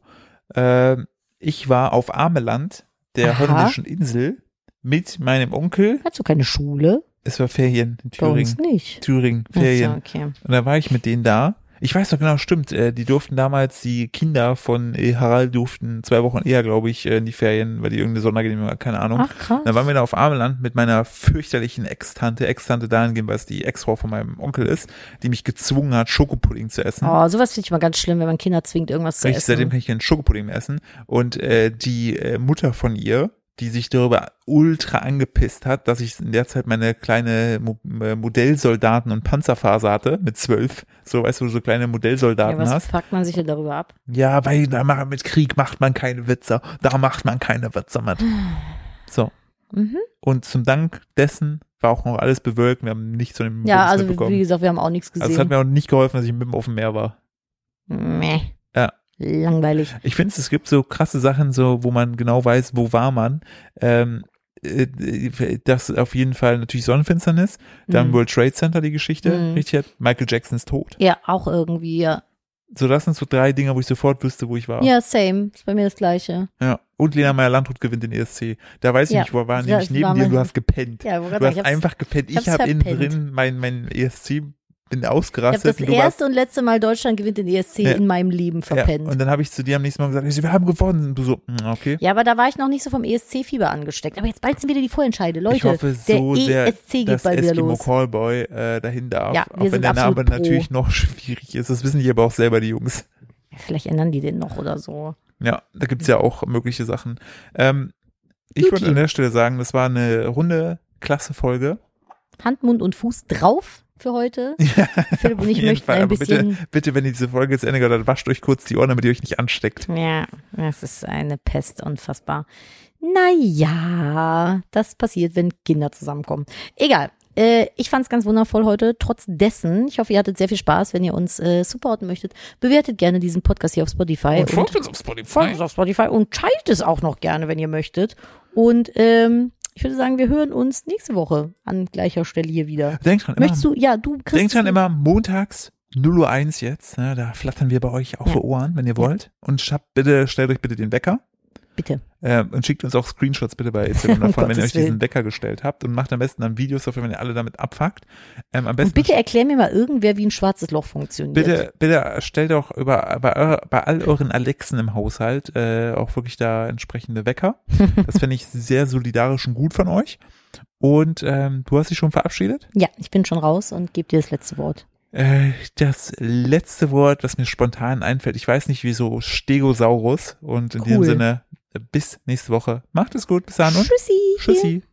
S1: Ähm, ich war auf Ameland, der
S2: Aha.
S1: holländischen Insel, mit meinem Onkel.
S2: Hast du keine Schule?
S1: Es war Ferien in
S2: Bei uns
S1: Thüringen.
S2: nicht.
S1: Thüringen,
S2: Ach so,
S1: Ferien.
S2: okay.
S1: Und da war ich mit denen da. Ich weiß doch genau, stimmt. Äh, die durften damals, die Kinder von äh, Harald durften zwei Wochen eher, glaube ich, äh, in die Ferien, weil die irgendeine Sondergenehmigung, hatten, keine Ahnung.
S2: Ach krass.
S1: Dann waren wir da auf Ameland mit meiner fürchterlichen Ex-Tante, Ex-Tante dahingehend, weil es die Ex-Frau von meinem Onkel ist, die mich gezwungen hat, Schokopudding zu essen.
S2: Oh, sowas finde ich mal ganz schlimm, wenn man Kinder zwingt, irgendwas zu
S1: Richtig,
S2: essen.
S1: seitdem kann ich keinen Schokopudding mehr essen. Und äh, die äh, Mutter von ihr, die sich darüber ultra angepisst hat, dass ich in der Zeit meine kleine Mo äh, Modellsoldaten und Panzerphase hatte, mit zwölf. So, weißt du, wo du so kleine
S2: ja,
S1: Modellsoldaten
S2: was
S1: hast.
S2: fragt man sich denn darüber ab?
S1: Ja, weil da ma- mit Krieg macht man keine Witze. Da macht man keine Witze mit. So.
S2: Mhm.
S1: Und zum Dank dessen war auch noch alles bewölkt. Wir haben nichts von dem
S2: Ja,
S1: Bums
S2: also wie- wie
S1: mitbekommen.
S2: gesagt, wir haben auch nichts
S1: Also es hat
S2: gesehen.
S1: mir auch nicht geholfen, dass ich mit dem auf dem Meer war.
S2: Meh.
S1: Ja.
S2: Langweilig.
S1: Ich finde, es gibt so krasse Sachen, so wo man genau weiß, wo war man. Ähm, äh, das auf jeden Fall natürlich Sonnenfinsternis, dann
S2: Mhm.
S1: World Trade Center die Geschichte,
S2: Mhm.
S1: richtig, Michael Jackson ist tot.
S2: Ja, auch irgendwie, ja.
S1: So, das sind so drei Dinge, wo ich sofort wüsste, wo ich war.
S2: Ja, same. Ist bei mir das Gleiche.
S1: Ja. Und Lena Meyer-Landrut gewinnt den ESC. Da weiß ich
S2: Ja.
S1: nicht, wo er war,
S2: Ja,
S1: nämlich
S2: es
S1: neben
S2: war
S1: dir,
S2: mein-
S1: du hast gepennt.
S2: Ja, wo
S1: Du hast einfach gepennt.
S2: hab's
S1: Ich habe innen
S2: verpennt.
S1: drin mein, mein ESC, bin
S2: Ich habe
S1: ausgerastet.
S2: das
S1: und du warst-
S2: erste und letzte Mal Deutschland gewinnt den ESC
S1: Ja.
S2: in meinem Leben verpennt.
S1: Ja,
S2: Ja,
S1: und dann habe ich zu dir am nächsten Mal gesagt, ich so, wir haben gewonnen. Und du so, "Mm, okay.
S2: aber da war ich noch nicht so vom ESC-Fieber angesteckt. Aber jetzt bald sind wieder die Vorentscheide. Leute,
S1: ich hoffe so
S2: der E
S1: sehr,
S2: ESC geht
S1: dass
S2: bald wieder
S1: Eskimo
S2: los.
S1: Callboy äh, dahin darf.
S2: Ja, wir
S1: auch wenn
S2: sind
S1: der Name
S2: absolut pro.
S1: natürlich noch schwierig ist. Das wissen die aber auch selber, die Jungs.
S2: Vielleicht ändern die den noch oder so.
S1: Ja, da gibt's ja auch mögliche Sachen. Ähm, ich
S2: Juti.
S1: würde an der Stelle sagen, das war eine runde, klasse Folge.
S2: Hand, Mund und Fuß drauf für heute. Philipp und
S1: auf
S2: ich
S1: jeden
S2: möchten
S1: Fall.
S2: ein
S1: Aber bitte-
S2: bisschen.
S1: Bitte, wenn ihr diese Folge jetzt Ende gehört habt, wascht euch kurz die Ohren, damit ihr euch nicht ansteckt.
S2: Ja, das ist eine Pest, unfassbar. Naja, das passiert, wenn Kinder zusammenkommen. Egal. Äh, ich fand es ganz wundervoll heute, trotz dessen. Ich hoffe, ihr hattet sehr viel Spaß, wenn ihr uns äh, supporten möchtet. Bewertet gerne diesen Podcast hier auf Spotify.
S1: Und folgt uns auf
S2: folgt
S1: Spotify.
S2: uns auf Spotify und teilt es auch noch gerne, wenn ihr möchtet. Und ähm, ich würde sagen, wir hören uns nächste Woche an gleicher Stelle hier wieder.
S1: Denkt dran, immer,
S2: Möchtest du, ja, du kriegst.
S1: denkt dran immer montags 0.01 Uhr jetzt. Ne, da flattern wir bei euch auf
S2: Ja.
S1: die Ohren, wenn ihr wollt. Und habt bitte, stellt euch bitte den Wecker.
S2: Bitte.
S1: Ähm, und schickt uns auch Screenshots bitte bei Instagram
S2: Um
S1: davon, wenn ihr
S2: Gottes
S1: euch diesen
S2: Willen.
S1: Wecker gestellt habt und macht am besten dann Videos dafür, wenn ihr alle damit abfuckt. Ähm, am
S2: Und
S1: besten
S2: bitte erklär mir mal irgendwer, wie ein schwarzes Loch funktioniert.
S1: bitte, bitte stellt auch über, bei, eurer- bei all euren Alexen im Haushalt äh, auch wirklich da entsprechende Wecker. Das fände ich sehr solidarisch und gut von euch. Und ähm, du hast dich schon verabschiedet?
S2: Ja, ich bin schon raus und gebe dir das letzte Wort.
S1: Äh, das letzte Wort, was mir spontan einfällt, ich weiß nicht wieso, Stegosaurus. Und in diesem äh,
S2: Cool.
S1: Sinne, bis nächste Woche. Macht es gut, bis dann und
S2: Tschüssi.
S1: tschüssi.